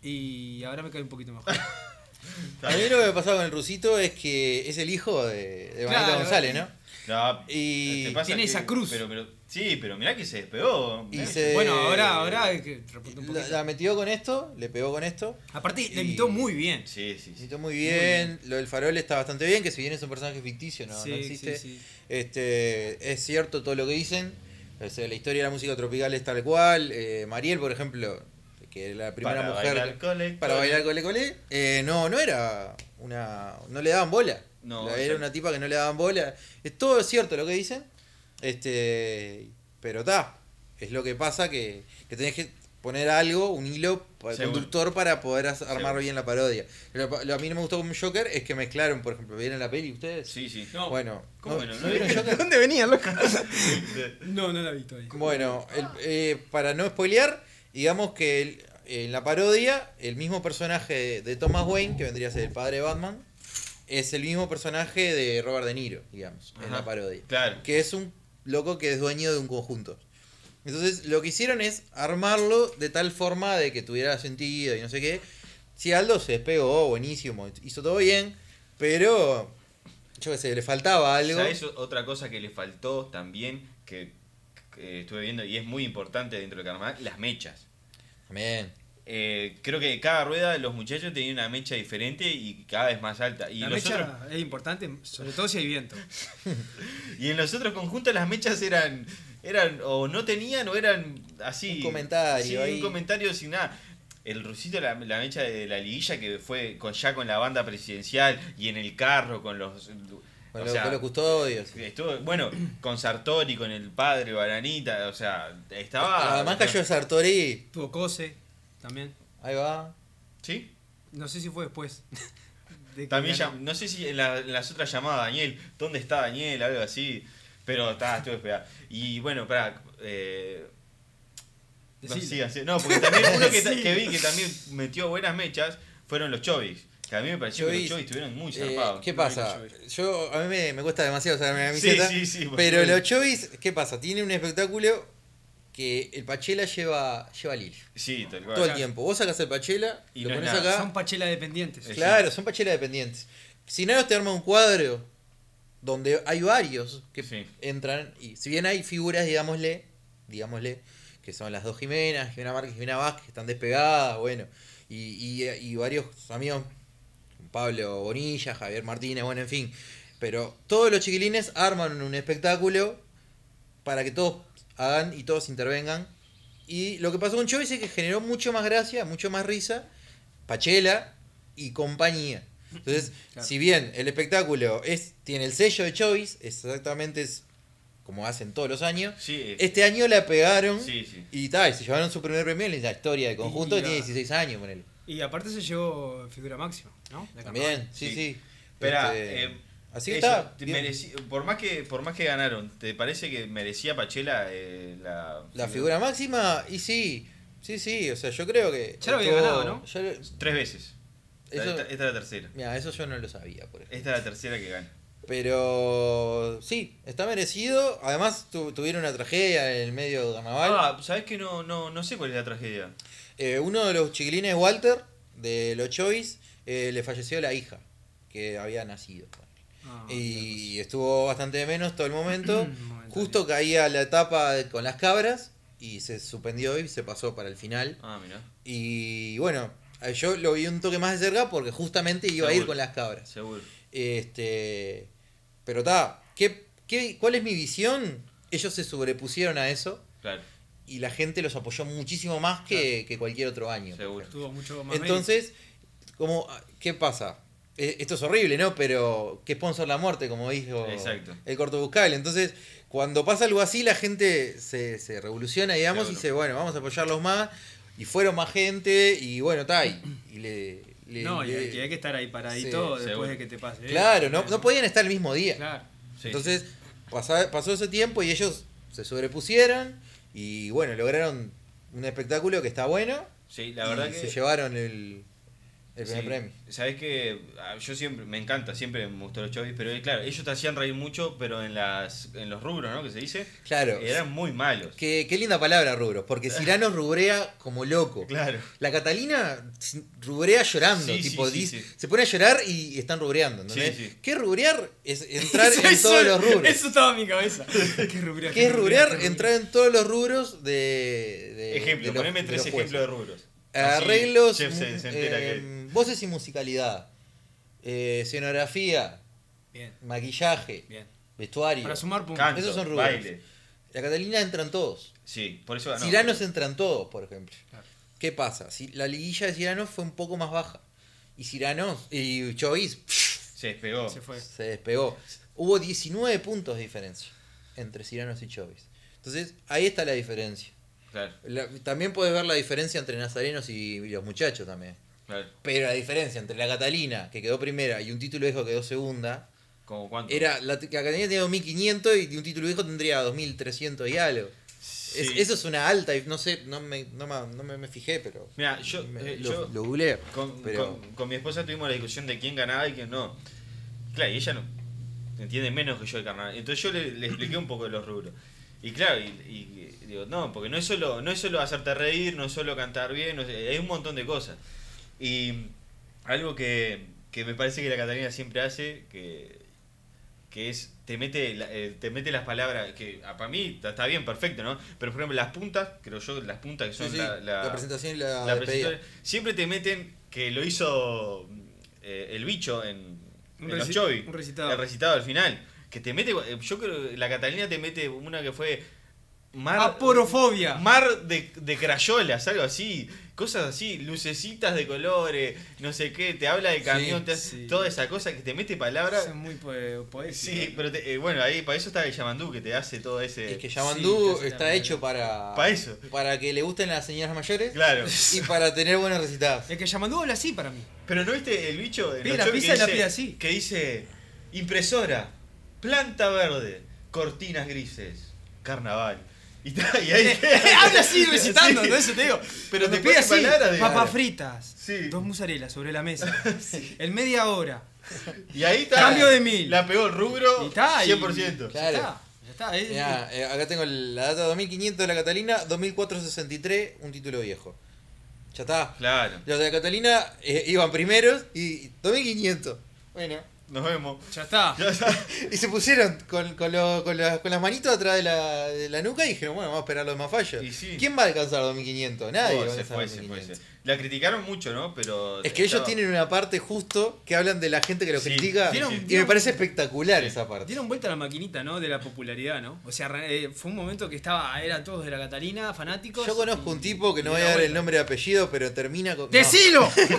Speaker 1: y ahora me cae un poquito mejor. [laughs]
Speaker 3: A mí lo que me pasaba con el rusito es que es el hijo de, de Vanita
Speaker 1: Claro.
Speaker 3: González, ¿no?
Speaker 2: bueno. No,
Speaker 3: y
Speaker 2: te pasa
Speaker 1: tiene
Speaker 2: que-
Speaker 1: esa cruz.
Speaker 2: Pero, pero, sí, pero mirá que se despegó.
Speaker 3: Y
Speaker 2: mirá que-
Speaker 3: se-
Speaker 1: bueno, ahora, ahora es que repunta un
Speaker 3: Eh, La,
Speaker 1: poquito.
Speaker 3: la metió con esto, le pegó con esto.
Speaker 1: Aparte, le
Speaker 3: y-
Speaker 1: imitó muy bien.
Speaker 2: Sí, sí, sí.
Speaker 3: Pintó muy bien. lo del farol está bastante bien, que si bien es un personaje ficticio, no,
Speaker 1: Sí,
Speaker 3: no existe.
Speaker 1: sí, sí.
Speaker 3: Este, es cierto todo lo que dicen. O sea, la historia de la música tropical es tal cual. Eh, Mariel, por ejemplo, que era la primera
Speaker 2: Para
Speaker 3: mujer
Speaker 2: bailar cole,
Speaker 3: para
Speaker 2: cole.
Speaker 3: bailar cole cole, eh, no, no era una. no le daban bola.
Speaker 2: No,
Speaker 3: La- era
Speaker 2: exacto.
Speaker 3: una tipa que no le daban bola. Es todo cierto lo que dicen. Este, pero está, es lo que pasa que, que tenés que poner algo, un hilo pa-
Speaker 2: Seguro.
Speaker 3: conductor para poder as- armar
Speaker 2: Seguro.
Speaker 3: bien la parodia. Lo, lo- a mí no me gustó con Joker es que mezclaron, por ejemplo, ¿vieron la peli ustedes?
Speaker 2: Sí, sí. No,
Speaker 3: Bueno,
Speaker 2: ¿Cómo
Speaker 3: ¿no-
Speaker 2: no?
Speaker 3: no
Speaker 2: No
Speaker 3: vieron
Speaker 2: vi-
Speaker 3: Joker?
Speaker 4: ¿Dónde venía, loco?
Speaker 1: No, no la he visto ahí.
Speaker 3: Bueno, el- eh, para no spoilear, digamos que el- en la parodia, el mismo personaje de, de Thomas Wayne, que vendría a ser el padre de Batman, es el mismo personaje de Robert De Niro, digamos, en la
Speaker 2: Ajá.
Speaker 3: parodia.
Speaker 2: [laughs] Claro.
Speaker 3: Que es un loco que es dueño de un conjunto. Entonces, lo que hicieron es armarlo de tal forma de que tuviera sentido y no sé qué. Si Aldo se despegó, buenísimo, hizo todo bien, pero yo qué sé, le faltaba algo.
Speaker 2: ¿Sabes otra cosa que le faltó también? Que, que estuve viendo y es muy importante dentro del carnaval, las mechas.
Speaker 3: Amén.
Speaker 2: Eh, creo que cada rueda los muchachos tenían una mecha diferente y cada vez más alta. Y,
Speaker 1: la
Speaker 2: en los
Speaker 1: mecha
Speaker 2: otros-
Speaker 1: es importante, sobre todo si hay viento.
Speaker 2: y en los otros conjuntos las mechas eran eran o no tenían o eran así.
Speaker 3: Un comentario
Speaker 2: Sí,
Speaker 3: ahí.
Speaker 2: un comentario sin nada. El rusito, la, la mecha de la liguilla que fue con ya con la banda presidencial y en el carro con los...
Speaker 3: Con,
Speaker 2: o
Speaker 3: lo-
Speaker 2: sea,
Speaker 3: con los custodios.
Speaker 2: Estuvo, bueno, con Sartori, con el padre, Bananita, o sea, estaba.
Speaker 3: Además cayó Sartori.
Speaker 1: Tuvo Cose también.
Speaker 3: Ahí va.
Speaker 2: Sí.
Speaker 1: No sé si fue después. [laughs] de que
Speaker 2: También,
Speaker 1: ganó.
Speaker 2: llam- no sé si en, la- en las otras llamadas Daniel, ¿dónde está Daniel? Algo así. Pero está, estuve esperando. Y bueno, pará. Eh, no,
Speaker 1: Decilo.
Speaker 2: sigan, sigan. No, porque también uno
Speaker 3: [laughs]
Speaker 2: que, ta-
Speaker 1: Sí.
Speaker 2: que vi que también metió buenas mechas fueron los Chovis. Que a mí me pareció que los
Speaker 3: Chovis,
Speaker 2: Chovis estuvieron muy
Speaker 3: Eh,
Speaker 2: zarpados.
Speaker 3: ¿Qué
Speaker 1: no
Speaker 3: pasa?
Speaker 1: vi los
Speaker 3: Yo, a mí me, me cuesta demasiado sacarme la
Speaker 2: sí,
Speaker 3: camiseta.
Speaker 2: sí, sí.
Speaker 3: pero
Speaker 2: bueno.
Speaker 3: los Chovis, ¿qué pasa? Tiene un espectáculo que el Pachela lleva, lleva Lil.
Speaker 2: Sí, tal cual.
Speaker 3: Todo el tiempo. Vos sacás el Pachela,
Speaker 2: Y
Speaker 3: lo
Speaker 2: no es
Speaker 3: pones
Speaker 2: nada.
Speaker 3: acá.
Speaker 1: Son Pachela dependientes.
Speaker 2: Eh,
Speaker 3: Claro, son Pachela dependientes. Si no, te arma un cuadro donde hay varios que
Speaker 2: Sí.
Speaker 3: entran. Y si bien hay figuras, digámosle, digámosle, que son las dos Jimenas, Jimena Márquez, Jimena Vázquez, que están despegadas, bueno. Y, y- y varios amigos, Pablo Bonilla, Javier Martínez, bueno, en fin. Pero todos los chiquilines arman un espectáculo para que todos hagan y todos intervengan. Y lo que pasó con Choice es que generó mucho más gracia, mucho más risa, Pachela y compañía. Entonces,
Speaker 1: Claro.
Speaker 3: si bien el espectáculo es tiene el sello de Choice, exactamente es como hacen todos los años,
Speaker 2: Sí, eh,
Speaker 3: este año la pegaron
Speaker 2: sí, sí.
Speaker 3: y tal, se llevaron su primer premio en la historia del conjunto,
Speaker 1: Y
Speaker 3: que tiene
Speaker 1: la-
Speaker 3: 16 años, ponele.
Speaker 1: Y aparte se llevó figura máxima, ¿no? La
Speaker 3: También, sí,
Speaker 2: Sí.
Speaker 3: sí.
Speaker 2: Espera,
Speaker 3: Este,
Speaker 2: eh,
Speaker 3: así que
Speaker 2: eso,
Speaker 3: está.
Speaker 2: te
Speaker 3: bien.
Speaker 2: mereci- por, más que, por más que ganaron, ¿te parece que merecía Pachela eh, la,
Speaker 3: La figura máxima, y sí, sí, sí, o sea, yo creo que.
Speaker 1: Ya lo había
Speaker 3: estuvo-
Speaker 1: ganado, ¿no?
Speaker 3: ya lo-
Speaker 2: Tres veces.
Speaker 3: Eso-
Speaker 2: Esta, esta es la tercera.
Speaker 3: Mira, eso yo no lo sabía, por ejemplo.
Speaker 2: Esta es la tercera que gana.
Speaker 3: Pero sí, está merecido. Además, tu- tuvieron una tragedia en el medio del carnaval.
Speaker 2: Ah, ¿sabes que no, no, no sé cuál es la tragedia?
Speaker 3: Eh, uno de los chiquilines, Walter, de los Chovis, eh, le falleció la hija que había nacido.
Speaker 1: Ah,
Speaker 3: y estuvo bastante de menos todo el
Speaker 2: [clears throat]
Speaker 3: momento.
Speaker 1: Momentáneo.
Speaker 3: Justo caía la etapa de- con las cabras y se suspendió y se pasó para el final.
Speaker 2: Ah, mira,
Speaker 3: Y bueno, eh, yo lo vi un toque más de cerca porque justamente iba a ir
Speaker 2: Seguro.
Speaker 3: con las cabras.
Speaker 2: seguro.
Speaker 3: Este, pero está, ¿qué, qué, cuál es mi visión? Ellos se sobrepusieron a eso
Speaker 2: Claro,
Speaker 3: y la gente los apoyó muchísimo más que, que cualquier otro año. por
Speaker 2: Seguro.
Speaker 3: ejemplo.
Speaker 1: Tuvo mucho más
Speaker 3: Entonces, como, ¿qué pasa? Eh, Esto es horrible, ¿no? Pero que sponsor la muerte, como dijo
Speaker 2: Exacto.
Speaker 3: el corto buscable. Entonces, cuando pasa algo así, la gente se, se revoluciona, digamos, y
Speaker 2: Seguro.
Speaker 3: dice, bueno, vamos a apoyarlos más. Y fueron más gente, y bueno, está, y, y le, le-
Speaker 1: mérito. No, y
Speaker 3: le-
Speaker 1: hay que, hay que estar ahí
Speaker 3: Sí,
Speaker 1: paradito
Speaker 2: seguro.
Speaker 1: después de que te pase. ¿eh?
Speaker 3: Claro, no, no podían estar el mismo día.
Speaker 1: Claro.
Speaker 2: Sí.
Speaker 3: Entonces pasa- pasó ese tiempo y ellos se sobrepusieron y bueno, lograron un espectáculo que está bueno.
Speaker 2: sí, la
Speaker 3: y
Speaker 2: verdad que.
Speaker 3: se llevaron el, el primer premio.
Speaker 2: Sabes que Ah, yo siempre, me encanta, siempre me gustó los chovis, pero eh, claro, ellos te hacían reír mucho, pero en las en los rubros, ¿no? Que se dice,
Speaker 3: Claro.
Speaker 2: eran muy malos.
Speaker 3: Qué, qué linda palabra, rubros,
Speaker 2: [laughs]
Speaker 3: porque Cirano rubrea como loco.
Speaker 2: Claro.
Speaker 3: La Catalina rubrea llorando,
Speaker 2: Sí, sí,
Speaker 3: tipo,
Speaker 2: sí,
Speaker 3: dis-
Speaker 2: sí.
Speaker 3: se pone a llorar y están rubreando. ¿entendés?
Speaker 2: Sí, sí.
Speaker 3: ¿Qué rubrear? Es
Speaker 2: [laughs]
Speaker 3: entrar
Speaker 1: [laughs]
Speaker 3: en
Speaker 1: Eso-
Speaker 3: todos los rubros.
Speaker 1: Eso estaba en mi
Speaker 3: [laughs]
Speaker 1: cabeza. ¿Qué rubrear?
Speaker 3: ¿Qué es rubrear?
Speaker 1: qué
Speaker 3: Entrar en todos los rubros de. de-
Speaker 2: Ejemplo,
Speaker 3: Eh, de los-
Speaker 2: poneme
Speaker 3: de
Speaker 2: tres
Speaker 3: los jueces.
Speaker 2: ejemplos de rubros.
Speaker 3: Ah,
Speaker 2: Así,
Speaker 3: Arreglos,
Speaker 2: Chef se,
Speaker 3: mu-
Speaker 2: se entera
Speaker 3: eh, voces y musicalidad, eh, escenografía,
Speaker 1: Bien,
Speaker 3: maquillaje,
Speaker 1: bien.
Speaker 3: vestuario.
Speaker 1: Para sumar
Speaker 2: que
Speaker 1: puntos.
Speaker 2: canto,
Speaker 3: esos son rubros.
Speaker 2: baile.
Speaker 3: La Catalina entran todos.
Speaker 2: Sí, por eso ganó.
Speaker 3: Ciranos entran todos, por ejemplo.
Speaker 1: Claro.
Speaker 3: ¿Qué pasa? Si la liguilla de Ciranos fue un poco más baja. Y Ciranos y Chovis
Speaker 2: se despegó.
Speaker 1: Se fue.
Speaker 3: se despegó. Hubo 19 puntos de diferencia entre Ciranos y Chovis. Entonces, ahí está la diferencia.
Speaker 2: Claro,
Speaker 3: La- también puedes ver la diferencia entre Nazarenos y los muchachos también.
Speaker 2: claro.
Speaker 3: Pero la diferencia entre la Catalina, que quedó primera, y un título viejo que quedó segunda,
Speaker 2: ¿Cómo cuánto?
Speaker 3: era la, t- la Catalina tenía 2500 y un título viejo tendría 2300 y algo.
Speaker 2: Sí.
Speaker 3: Es- eso es una alta, y no sé, no me, no ma- no me, me fijé, pero.
Speaker 2: Mira, yo,
Speaker 3: me-
Speaker 2: eh,
Speaker 3: lo,
Speaker 2: yo
Speaker 3: lo googleé.
Speaker 2: con,
Speaker 3: pero-
Speaker 2: con- con mi esposa tuvimos la discusión de quién ganaba y quién no. Claro, y ella no entiende menos que yo de carnaval. Entonces yo le, le expliqué un poco de los rubros. Y claro, y, y, eh, digo, no, porque no es solo, no es solo hacerte reír, no es solo cantar bien, no es- hay un montón de cosas. Y algo que, que me parece que la Catalina siempre hace, que, que es, te mete, la- eh, te mete las palabras, que ah, para mí está, está bien, perfecto, ¿no? Pero por ejemplo, las puntas, creo yo, las puntas que son
Speaker 3: Sí, sí,
Speaker 2: la-
Speaker 3: la,
Speaker 2: la-
Speaker 3: presentación y la,
Speaker 2: la
Speaker 3: despedida.
Speaker 2: presentadora- Siempre te meten que lo hizo eh, el bicho en,
Speaker 1: Un
Speaker 2: en los
Speaker 1: reci-
Speaker 2: Chovi,
Speaker 1: un recitado.
Speaker 2: El recitado al final. Que te mete. Yo creo que la Catalina te mete una que fue. Mar,
Speaker 1: Aporofobia.
Speaker 2: Mar de, de crayolas, algo así. Cosas así, lucecitas de colores, no sé qué. Te habla de camión,
Speaker 3: Sí,
Speaker 2: te hace
Speaker 1: sí.
Speaker 2: toda esa cosa que te mete palabras.
Speaker 1: Eso es muy poe- poético.
Speaker 2: Sí, pero te- eh, bueno, ahí para eso está el Yamandú que te hace todo ese.
Speaker 3: Es que
Speaker 1: Sí,
Speaker 3: Yamandú
Speaker 1: casi la
Speaker 3: está
Speaker 1: madre.
Speaker 3: hecho para.
Speaker 2: Pa' eso.
Speaker 3: Para que le gusten las señoras mayores.
Speaker 2: Claro.
Speaker 3: [laughs] Y para tener buenas recitadas.
Speaker 1: El que Yamandú habla así para mí.
Speaker 2: Pero no viste el bicho en
Speaker 1: Pide
Speaker 2: los
Speaker 1: la
Speaker 2: shows
Speaker 1: pizza y la
Speaker 2: dice-
Speaker 1: pide así.
Speaker 2: que dice impresora, planta verde, cortinas grises, carnaval. Y, ta- y
Speaker 3: [laughs]
Speaker 1: [laughs]
Speaker 2: ahí
Speaker 1: Eh, habla así recitando,
Speaker 2: Sí.
Speaker 1: ¿no? Eso te digo.
Speaker 2: Pero
Speaker 1: Cuando
Speaker 2: te
Speaker 1: pide
Speaker 2: pone
Speaker 1: así,
Speaker 2: palabras de-
Speaker 1: papas fritas,
Speaker 2: Sí.
Speaker 1: dos musarelas sobre la
Speaker 2: [laughs]
Speaker 1: mesa, en media hora.
Speaker 2: Y ahí está.
Speaker 1: Cambio de mil.
Speaker 2: La pegó el rubro.
Speaker 1: Y está. y-
Speaker 2: 100%.
Speaker 1: Ya
Speaker 3: Claro.
Speaker 1: está. Ya está. es-
Speaker 3: Mirá, eh, acá tengo la data 2500 de la Catalina, 2463, un título viejo. Ya está.
Speaker 2: Claro.
Speaker 3: Los de la Catalina eh, iban primeros y 2500. Bueno.
Speaker 2: Nos vemos. [laughs]
Speaker 1: Ya está.
Speaker 2: Ya está.
Speaker 3: Y se pusieron con, con, lo- con, las- con las manitos atrás de la, de la nuca y dijeron, bueno, vamos a esperar los más fallos.
Speaker 2: Y sí.
Speaker 3: ¿Quién va a alcanzar 2500? Nadie.
Speaker 2: Oh,
Speaker 3: va a
Speaker 2: se
Speaker 3: alcanzar
Speaker 2: fue, se fue,
Speaker 3: 2500.
Speaker 2: se- La criticaron mucho, ¿no? Pero.
Speaker 3: Es que ellos
Speaker 2: estaba-
Speaker 3: tienen una parte justo que hablan de la gente que lo
Speaker 2: Sí.
Speaker 3: critica.
Speaker 1: Dieron-
Speaker 3: y me
Speaker 1: dieron-
Speaker 3: parece espectacular
Speaker 2: Sí.
Speaker 3: esa parte.
Speaker 1: Dieron vuelta a la maquinita, ¿no? De la popularidad, ¿no? O sea, re- eh, fue un momento que estaba, eran todos de la Catalina, fanáticos.
Speaker 3: Yo conozco
Speaker 1: y-
Speaker 3: un tipo que no
Speaker 1: y
Speaker 3: voy a
Speaker 1: dieron
Speaker 3: dar el
Speaker 1: vuelta.
Speaker 3: nombre y apellido, pero termina con. no.
Speaker 1: ¡Decilo! [laughs]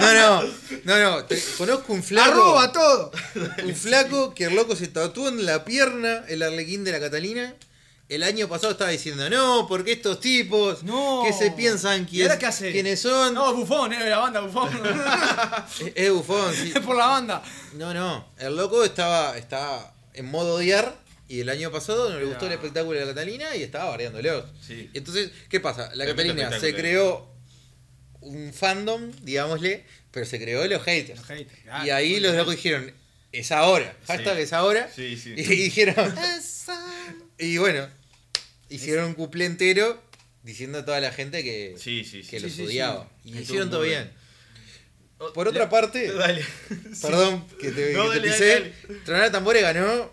Speaker 3: No, no, no, no. te- conozco un [laughs] flaco.
Speaker 1: ¡Arroba
Speaker 3: [laughs]
Speaker 1: todo!
Speaker 3: Un flaco que el loco se tatuó en la pierna el arlequín de la Catalina. El año pasado estaba diciendo, no, porque estos tipos
Speaker 1: No.
Speaker 3: que se piensan
Speaker 1: ¿Y
Speaker 3: quién-
Speaker 1: ahora qué hace?
Speaker 3: quiénes son.
Speaker 1: No, bufón, era la banda,
Speaker 3: [laughs]
Speaker 1: bufón. [laughs]
Speaker 3: Es, es bufón, sí.
Speaker 1: Por la banda.
Speaker 3: No, no. El loco estaba, estaba en modo odiar y el año pasado no le gustó el
Speaker 1: Era-
Speaker 3: espectáculo de la Catalina y estaba bardeándolo.
Speaker 2: Sí.
Speaker 3: Entonces, ¿qué pasa? La
Speaker 2: Tremendo
Speaker 3: Catalina se
Speaker 2: espectáculo.
Speaker 3: creó un fandom, digámosle, pero se creó los haters.
Speaker 1: Los haters, ah, claro.
Speaker 3: y ahí los locos dijeron, es ahora. Hashtag es ahora.
Speaker 2: Sí, sí.
Speaker 1: [laughs]
Speaker 3: Y dijeron, y bueno, hicieron un cuplé entero diciendo a toda la gente que,
Speaker 2: Sí, sí, sí.
Speaker 3: que
Speaker 1: Sí,
Speaker 3: los
Speaker 1: sí, sí.
Speaker 3: odiaba. Y
Speaker 2: Estuvo
Speaker 3: hicieron todo
Speaker 2: muy
Speaker 3: bien.
Speaker 2: Oh,
Speaker 3: Por
Speaker 2: le-
Speaker 3: otra
Speaker 2: [laughs]
Speaker 3: parte,
Speaker 2: Dale.
Speaker 3: [laughs] Perdón que te,
Speaker 2: No,
Speaker 3: que te
Speaker 2: dale,
Speaker 3: pisé.
Speaker 2: dale,
Speaker 3: Tronada Tambore ganó,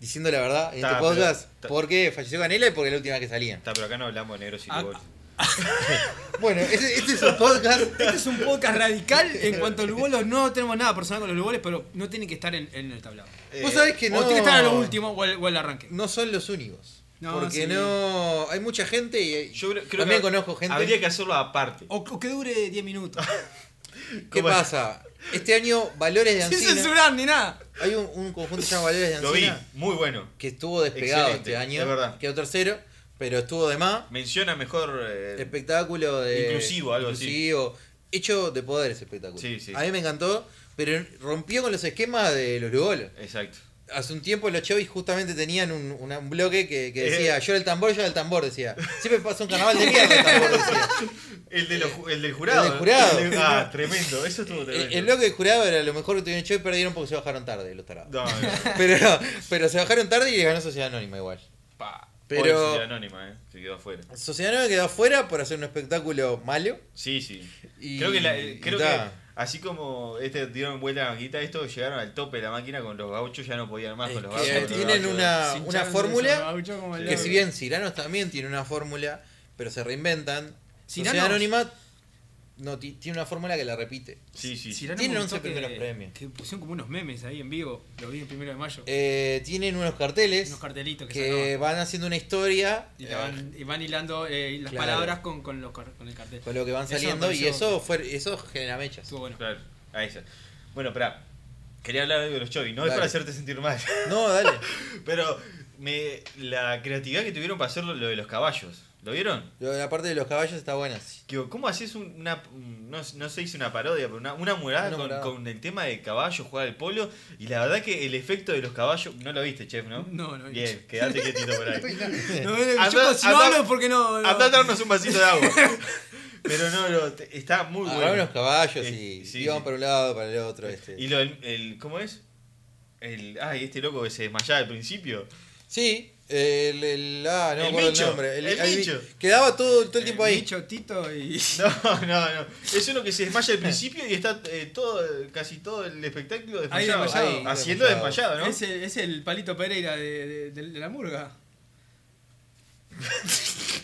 Speaker 3: diciendo la verdad, en
Speaker 2: Ta,
Speaker 3: este
Speaker 2: pero-
Speaker 3: podcast,
Speaker 2: ta-
Speaker 3: porque falleció Canela y porque es la última que salía.
Speaker 2: Está, pero acá no hablamos de negro sin
Speaker 1: Ah,
Speaker 2: gol.
Speaker 3: Bueno, este, este es un podcast.
Speaker 1: Este es un podcast radical.
Speaker 3: [laughs]
Speaker 1: En cuanto a los bolos, no tenemos nada personal con los bolos, pero no tienen que estar en, en el tablado.
Speaker 3: Vos sabés que
Speaker 1: o
Speaker 3: no.
Speaker 1: tienen que estar a lo último o al, o al arranque.
Speaker 3: No son los únicos.
Speaker 1: No,
Speaker 3: porque
Speaker 1: sí.
Speaker 3: no. Hay mucha gente y
Speaker 2: Yo creo, creo
Speaker 3: también
Speaker 2: que
Speaker 3: conozco gente.
Speaker 2: Habría que hacerlo aparte.
Speaker 1: O, o que dure 10
Speaker 3: [laughs]
Speaker 1: minutos.
Speaker 3: ¿Qué
Speaker 2: ¿Cómo es?
Speaker 3: pasa? Este año,
Speaker 2: [laughs]
Speaker 3: Valores de
Speaker 1: Sin
Speaker 3: Ancina.
Speaker 1: censurar ni nada.
Speaker 3: Hay un, un conjunto que se llama Valores de
Speaker 2: Lo vi,
Speaker 3: Ancina
Speaker 2: muy bueno.
Speaker 3: que estuvo despegado
Speaker 2: Excelente,
Speaker 3: este año.
Speaker 2: es verdad.
Speaker 3: Quedó tercero, pero estuvo de más.
Speaker 2: Menciona mejor. eh,
Speaker 3: espectáculo de
Speaker 2: Inclusivo, algo así.
Speaker 3: inclusivo, hecho de poder ese espectáculo.
Speaker 2: Sí, sí.
Speaker 3: A mí me encantó, pero rompió con los esquemas de los lugolos.
Speaker 2: exacto.
Speaker 3: Hace un tiempo los chovis justamente tenían un, una- un bloque que,
Speaker 2: Eh.
Speaker 3: que decía, yo era el tambor, yo era el tambor, decía. Siempre pasa un carnaval de mierda
Speaker 2: [laughs]
Speaker 3: el tambor, decía.
Speaker 2: El, de los ju- el del jurado.
Speaker 3: el del jurado.
Speaker 2: El de-
Speaker 3: [laughs]
Speaker 2: ah, tremendo. Eso estuvo
Speaker 3: El,
Speaker 2: tremendo.
Speaker 3: el bloque de jurado era lo mejor que tuvieron chovis, perdieron porque se bajaron tarde los
Speaker 2: [laughs]
Speaker 3: tarados.
Speaker 2: No, no, no.
Speaker 3: Pero, pero se bajaron tarde y les ganó Sociedad Anónima igual.
Speaker 2: Pa.
Speaker 3: Pero-
Speaker 2: Pobre Sociedad Anónima, eh, que quedó afuera.
Speaker 3: Sociedad Anónima quedó afuera por hacer un espectáculo malo.
Speaker 2: Sí, sí.
Speaker 3: Y-
Speaker 2: creo que, la- eh,
Speaker 3: y
Speaker 2: creo que
Speaker 3: ta.
Speaker 2: así como este dieron vuelta a la maquinita, estos llegaron al tope de la máquina con los gauchos, ya no podían más
Speaker 3: Es
Speaker 2: con los
Speaker 3: que
Speaker 2: gauchos. con los
Speaker 3: tienen
Speaker 2: gauchos.
Speaker 3: una-
Speaker 1: Sin
Speaker 3: una
Speaker 1: chance,
Speaker 3: fórmula
Speaker 1: se va mucho como el
Speaker 3: Que
Speaker 1: agua.
Speaker 3: si bien Ciranos también tiene una fórmula, pero se reinventan.
Speaker 1: Ciranos.
Speaker 3: Sociedad Anónima no, ti- tiene una fórmula que la repite.
Speaker 2: Sí, sí.
Speaker 1: Cyrano
Speaker 3: Tienen
Speaker 1: comentó
Speaker 3: 11 primeros premios.
Speaker 1: Que pusieron como unos memes ahí en vivo. Lo vi el primero de mayo.
Speaker 3: Eh, tienen unos carteles
Speaker 1: unos cartelitos que,
Speaker 3: que
Speaker 1: sacaban.
Speaker 3: van haciendo una historia
Speaker 1: Y, la van, y van hilando eh, las
Speaker 3: Claro.
Speaker 1: palabras con, con, los car- con el cartel.
Speaker 3: eh, con lo que van
Speaker 1: Eso me
Speaker 3: saliendo y
Speaker 1: pareció-
Speaker 3: eso fue eso genera mechas.
Speaker 1: Estuvo bueno.
Speaker 2: Claro, ahí está. Bueno, pará. Quería hablar algo de los chovis, no es
Speaker 3: Dale.
Speaker 2: para hacerte sentir mal.
Speaker 3: No, dale.
Speaker 2: [laughs] Pero me, la creatividad que tuvieron para hacer lo, lo de los caballos. ¿Lo vieron?
Speaker 3: Lo de La parte de los caballos está buena. sí.
Speaker 2: Que, ¿Cómo haces un- una. No, no se dice una parodia, pero una, una murada
Speaker 3: Una
Speaker 2: con,
Speaker 3: murada.
Speaker 2: con el tema de caballos, jugar al polo? Y la verdad que el efecto de los caballos. No lo viste, chef, ¿no?
Speaker 1: No, no.
Speaker 2: Bien, quédate quietito por
Speaker 1: [laughs]
Speaker 2: ahí.
Speaker 3: [laughs]
Speaker 1: No, no,
Speaker 2: Andá-
Speaker 1: yo, si no
Speaker 2: andá-
Speaker 1: hablo porque no. no.
Speaker 2: Andá a darnos un vasito de agua. Pero no, no, te- está muy
Speaker 3: Agarraron
Speaker 2: bueno.
Speaker 3: los caballos
Speaker 2: Eh,
Speaker 3: y
Speaker 2: sí,
Speaker 3: iban
Speaker 2: sí.
Speaker 3: para un lado, para el otro. Este.
Speaker 2: Y lo del- el, ¿Cómo es? El, ay, este loco que se desmayaba al principio.
Speaker 3: Sí, el, el- ah, no
Speaker 2: El
Speaker 3: me acuerdo
Speaker 2: bicho,
Speaker 3: el nombre.
Speaker 2: el
Speaker 3: ahí-
Speaker 2: bicho.
Speaker 3: Quedaba todo, todo el tiempo ahí.
Speaker 1: Bicho, Eh, Tito y.
Speaker 2: No, no, no. Es uno que se desmaya al principio y está eh, todo, casi todo el espectáculo
Speaker 1: Ahí
Speaker 2: desmayado.
Speaker 1: desmayado.
Speaker 2: Ahí, haciendo desmayado, ¿no?
Speaker 1: Es, el, es el palito Pereira de, de- de- de la murga.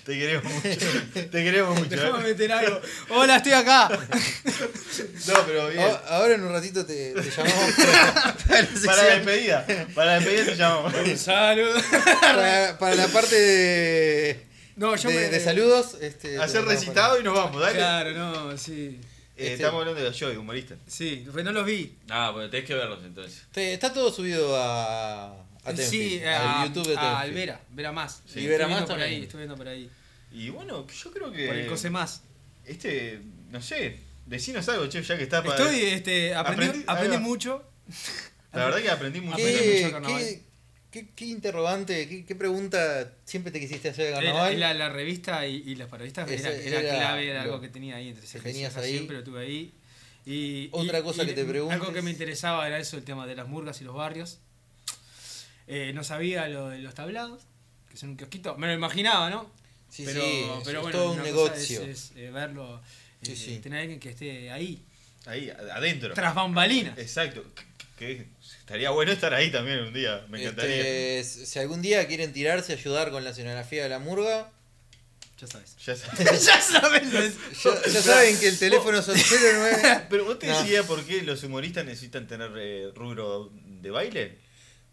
Speaker 2: Te queremos mucho. Te queremos mucho. ¿eh?
Speaker 1: Déjame meter algo. Hola, estoy
Speaker 3: [laughs]
Speaker 1: acá.
Speaker 2: No, pero bien.
Speaker 3: Ah, Ahora en un ratito te,
Speaker 2: [laughs]
Speaker 3: te llamamos para, para la
Speaker 2: Para la
Speaker 3: sección-
Speaker 2: despedida. Para la despedida te
Speaker 3: [laughs]
Speaker 2: llamamos.
Speaker 1: Un saludo.
Speaker 3: para- para la parte de,
Speaker 1: [laughs] No, yo
Speaker 3: de,
Speaker 1: me-
Speaker 3: de saludos. Este, te
Speaker 2: Hacer
Speaker 3: llamamos
Speaker 2: recitado y nos vamos, dale.
Speaker 1: Claro, no, sí.
Speaker 2: Eh,
Speaker 3: Este-
Speaker 2: Estamos hablando de los shows, humoristas.
Speaker 1: Sí, pero no los vi.
Speaker 2: Ah, bueno, tenés que verlos entonces.
Speaker 3: para- Te- está todo subido a, a
Speaker 1: sí,
Speaker 3: Tenfi,
Speaker 1: a,
Speaker 3: al YouTube de
Speaker 1: a
Speaker 3: Tenfi.
Speaker 1: Vera, Vera Más.
Speaker 3: Y Vera
Speaker 1: estoy
Speaker 3: Más
Speaker 1: viendo por
Speaker 3: también.
Speaker 1: ahí, estoy viendo por ahí.
Speaker 2: Y bueno, yo creo que.
Speaker 1: Por el Cose Más.
Speaker 2: Este, no sé, decinos algo, chef, ya que estás para.
Speaker 1: Estoy, este, aprendí,
Speaker 2: Aprendí-
Speaker 1: aprendí
Speaker 2: ahí va.
Speaker 1: mucho.
Speaker 2: La verdad que aprendí mucho.
Speaker 1: Aprendí mucho de
Speaker 3: ¿Qué,
Speaker 1: carnaval.
Speaker 3: qué, qué, qué interrogante, qué, qué pregunta siempre te quisiste hacer de
Speaker 1: Era,
Speaker 3: carnaval?
Speaker 1: era la revista y, y las parodistas era,
Speaker 3: Ese
Speaker 1: era
Speaker 3: era
Speaker 1: clave, era
Speaker 3: lo
Speaker 1: algo que tenía ahí. Entonces,
Speaker 3: que
Speaker 1: ejercí-
Speaker 3: tenías
Speaker 1: así,
Speaker 3: ahí.
Speaker 1: Pero lo tuve ahí. Y,
Speaker 3: Otra
Speaker 1: y-
Speaker 3: cosa
Speaker 1: y
Speaker 3: que te
Speaker 1: Algo que
Speaker 3: preguntes.
Speaker 1: me interesaba era eso, el tema de las murgas y los barrios. Eh, no sabía lo de los tablados, que son un kiosquito. Me lo imaginaba, ¿no?
Speaker 3: sí, sí, es
Speaker 1: bueno,
Speaker 3: todo un
Speaker 1: una cosa
Speaker 3: negocio.
Speaker 1: Es, es, eh, verlo, eh,
Speaker 3: Sí, sí.
Speaker 1: tener alguien que esté ahí,
Speaker 2: Ahí, a- adentro.
Speaker 1: tras bambalinas.
Speaker 2: Exacto. Que estaría bueno estar ahí también un día, me encantaría.
Speaker 3: Este, si algún día quieren tirarse a ayudar con la escenografía de la murga,
Speaker 1: Ya sabes.
Speaker 2: Ya sabes.
Speaker 1: ya sabes.
Speaker 2: [laughs]
Speaker 3: ya, ya saben que el teléfono son 09
Speaker 2: Pero vos te
Speaker 3: No.
Speaker 2: decías por qué los humoristas necesitan tener eh, rubro de baile.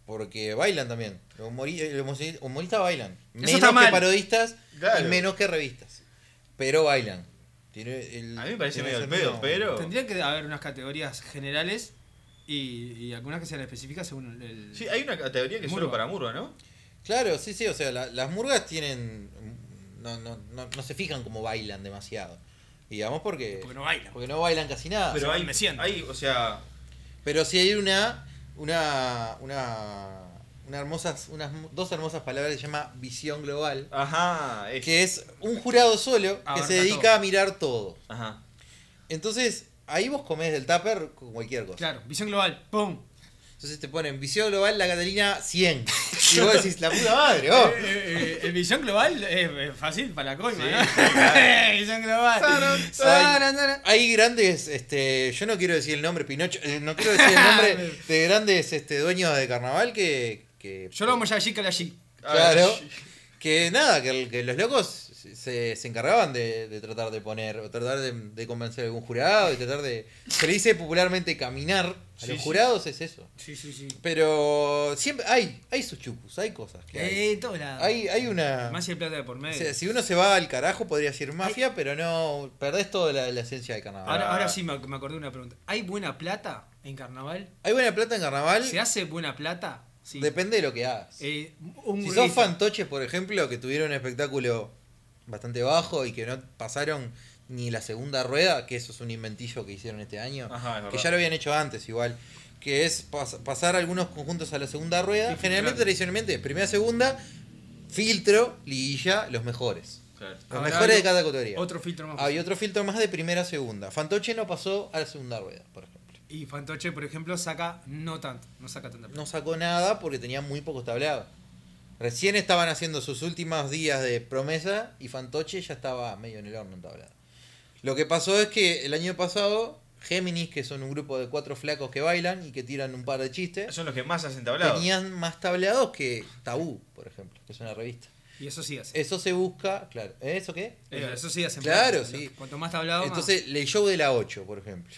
Speaker 3: porque bailan también. Los humori- eh, los humori- humoristas bailan. Menos
Speaker 1: está mal.
Speaker 3: que parodistas
Speaker 2: Claro.
Speaker 3: y menos que revistas. Pero bailan. Tiene el-
Speaker 2: A mí me parece
Speaker 3: tiene
Speaker 2: medio
Speaker 3: ese
Speaker 2: el pedo,
Speaker 3: ritmo.
Speaker 2: pero.
Speaker 1: Tendrían que haber unas categorías generales y, y algunas que sean específicas según el. el-
Speaker 2: Sí, hay una categoría que es solo
Speaker 1: Murga.
Speaker 2: para murga, ¿no?
Speaker 3: Claro, sí, sí, o sea, la- las murgas tienen. No, no, no, no se fijan como bailan demasiado. Digamos porque.
Speaker 1: Porque no bailan.
Speaker 3: porque no bailan casi nada.
Speaker 2: Pero
Speaker 1: se
Speaker 2: hay,
Speaker 1: van meciendo.
Speaker 2: hay, o sea,
Speaker 3: Pero sí hay una. Una. Una. Una hermosas, unas mu- dos hermosas palabras que se llama visión global.
Speaker 2: ajá, es-
Speaker 3: Que es un jurado solo que
Speaker 1: Abarca
Speaker 3: se dedica
Speaker 1: todo.
Speaker 3: a mirar todo.
Speaker 2: ajá.
Speaker 3: Entonces, ahí vos comés del tupper con cualquier cosa.
Speaker 1: Claro, visión global, ¡pum!
Speaker 3: Entonces te ponen visión global la Catalina
Speaker 1: [laughs]
Speaker 3: 100. Y vos decís, la puta madre, oh.
Speaker 1: Eh, eh, eh, el visión global es eh, fácil para la coima,
Speaker 2: Sí,
Speaker 1: ¿no? [laughs] Eh,
Speaker 2: sí, claro.
Speaker 1: visión global.
Speaker 2: Tarán,
Speaker 1: Tarán, tarán.
Speaker 3: Hay grandes, este, yo no quiero decir el nombre Pinocho, eh, no quiero decir el
Speaker 1: [laughs]
Speaker 3: nombre de grandes este, dueños de carnaval que, que,
Speaker 1: Yo lo amo ya allí que allí.
Speaker 3: Claro.
Speaker 2: Ay,
Speaker 3: que nada, que, que los locos se, se encargaban de, de tratar de poner, o tratar de, de convencer a algún jurado y tratar de, se le dice popularmente caminar a
Speaker 2: Sí,
Speaker 3: los
Speaker 2: sí.
Speaker 3: jurados es eso.
Speaker 1: Sí, sí, sí.
Speaker 3: Pero siempre hay, hay sus chucus, hay cosas que hay.
Speaker 1: Eh, todo lado.
Speaker 3: Hay, hay una...
Speaker 1: Más si hay plata de por
Speaker 3: o
Speaker 1: medio.
Speaker 3: sea, si uno se va al carajo podría decir mafia, pero no, perdés toda la, la esencia del carnaval.
Speaker 1: ahora, ahora sí me, me acordé de una pregunta. ¿Hay buena plata en carnaval?
Speaker 3: Hay buena plata en carnaval.
Speaker 1: ¿Se hace buena plata? Sí.
Speaker 3: Depende de lo que hagas.
Speaker 1: Eh, un
Speaker 3: si
Speaker 1: burguista.
Speaker 3: sos fantoches, por ejemplo, que tuvieron un espectáculo bastante bajo y que no pasaron ni la segunda rueda, que eso es un inventillo que hicieron este año,
Speaker 2: Ajá, es
Speaker 3: que
Speaker 2: verdad.
Speaker 3: ya lo habían hecho antes igual, que es pas- pasar algunos conjuntos a la segunda rueda,
Speaker 1: Y
Speaker 3: generalmente
Speaker 1: filtrar.
Speaker 3: tradicionalmente, primera, segunda, filtro, liguilla, los mejores.
Speaker 2: Claro.
Speaker 3: Los
Speaker 1: Habrá
Speaker 3: mejores de
Speaker 1: algo-
Speaker 3: cada categoría.
Speaker 1: Ah, Otro filtro más.
Speaker 3: Había otro filtro más de primera, segunda. Fantoche no pasó a la segunda rueda, por ejemplo.
Speaker 1: Y Fantoche, por ejemplo, saca no tanto, no saca tanta plata.
Speaker 3: no sacó nada porque tenía muy pocos tablados. Recién estaban haciendo sus últimos días de promesa y Fantoche ya estaba medio en el horno en tablado. Lo que pasó es que el año pasado, Géminis, que son un grupo de cuatro flacos que bailan y que tiran un par de chistes,
Speaker 2: Son los que más hacen tablado.
Speaker 3: tenían más tablados que Tabú, por ejemplo, que es una revista.
Speaker 1: Y eso sí hace.
Speaker 3: Eso se busca, claro. ¿eh? ¿Eso qué?
Speaker 1: Eh, eso sí hace.
Speaker 3: Eh, Claro,
Speaker 1: plata.
Speaker 3: sí.
Speaker 1: Cuanto más tablado, más.
Speaker 3: Entonces, el show de la 8, por ejemplo.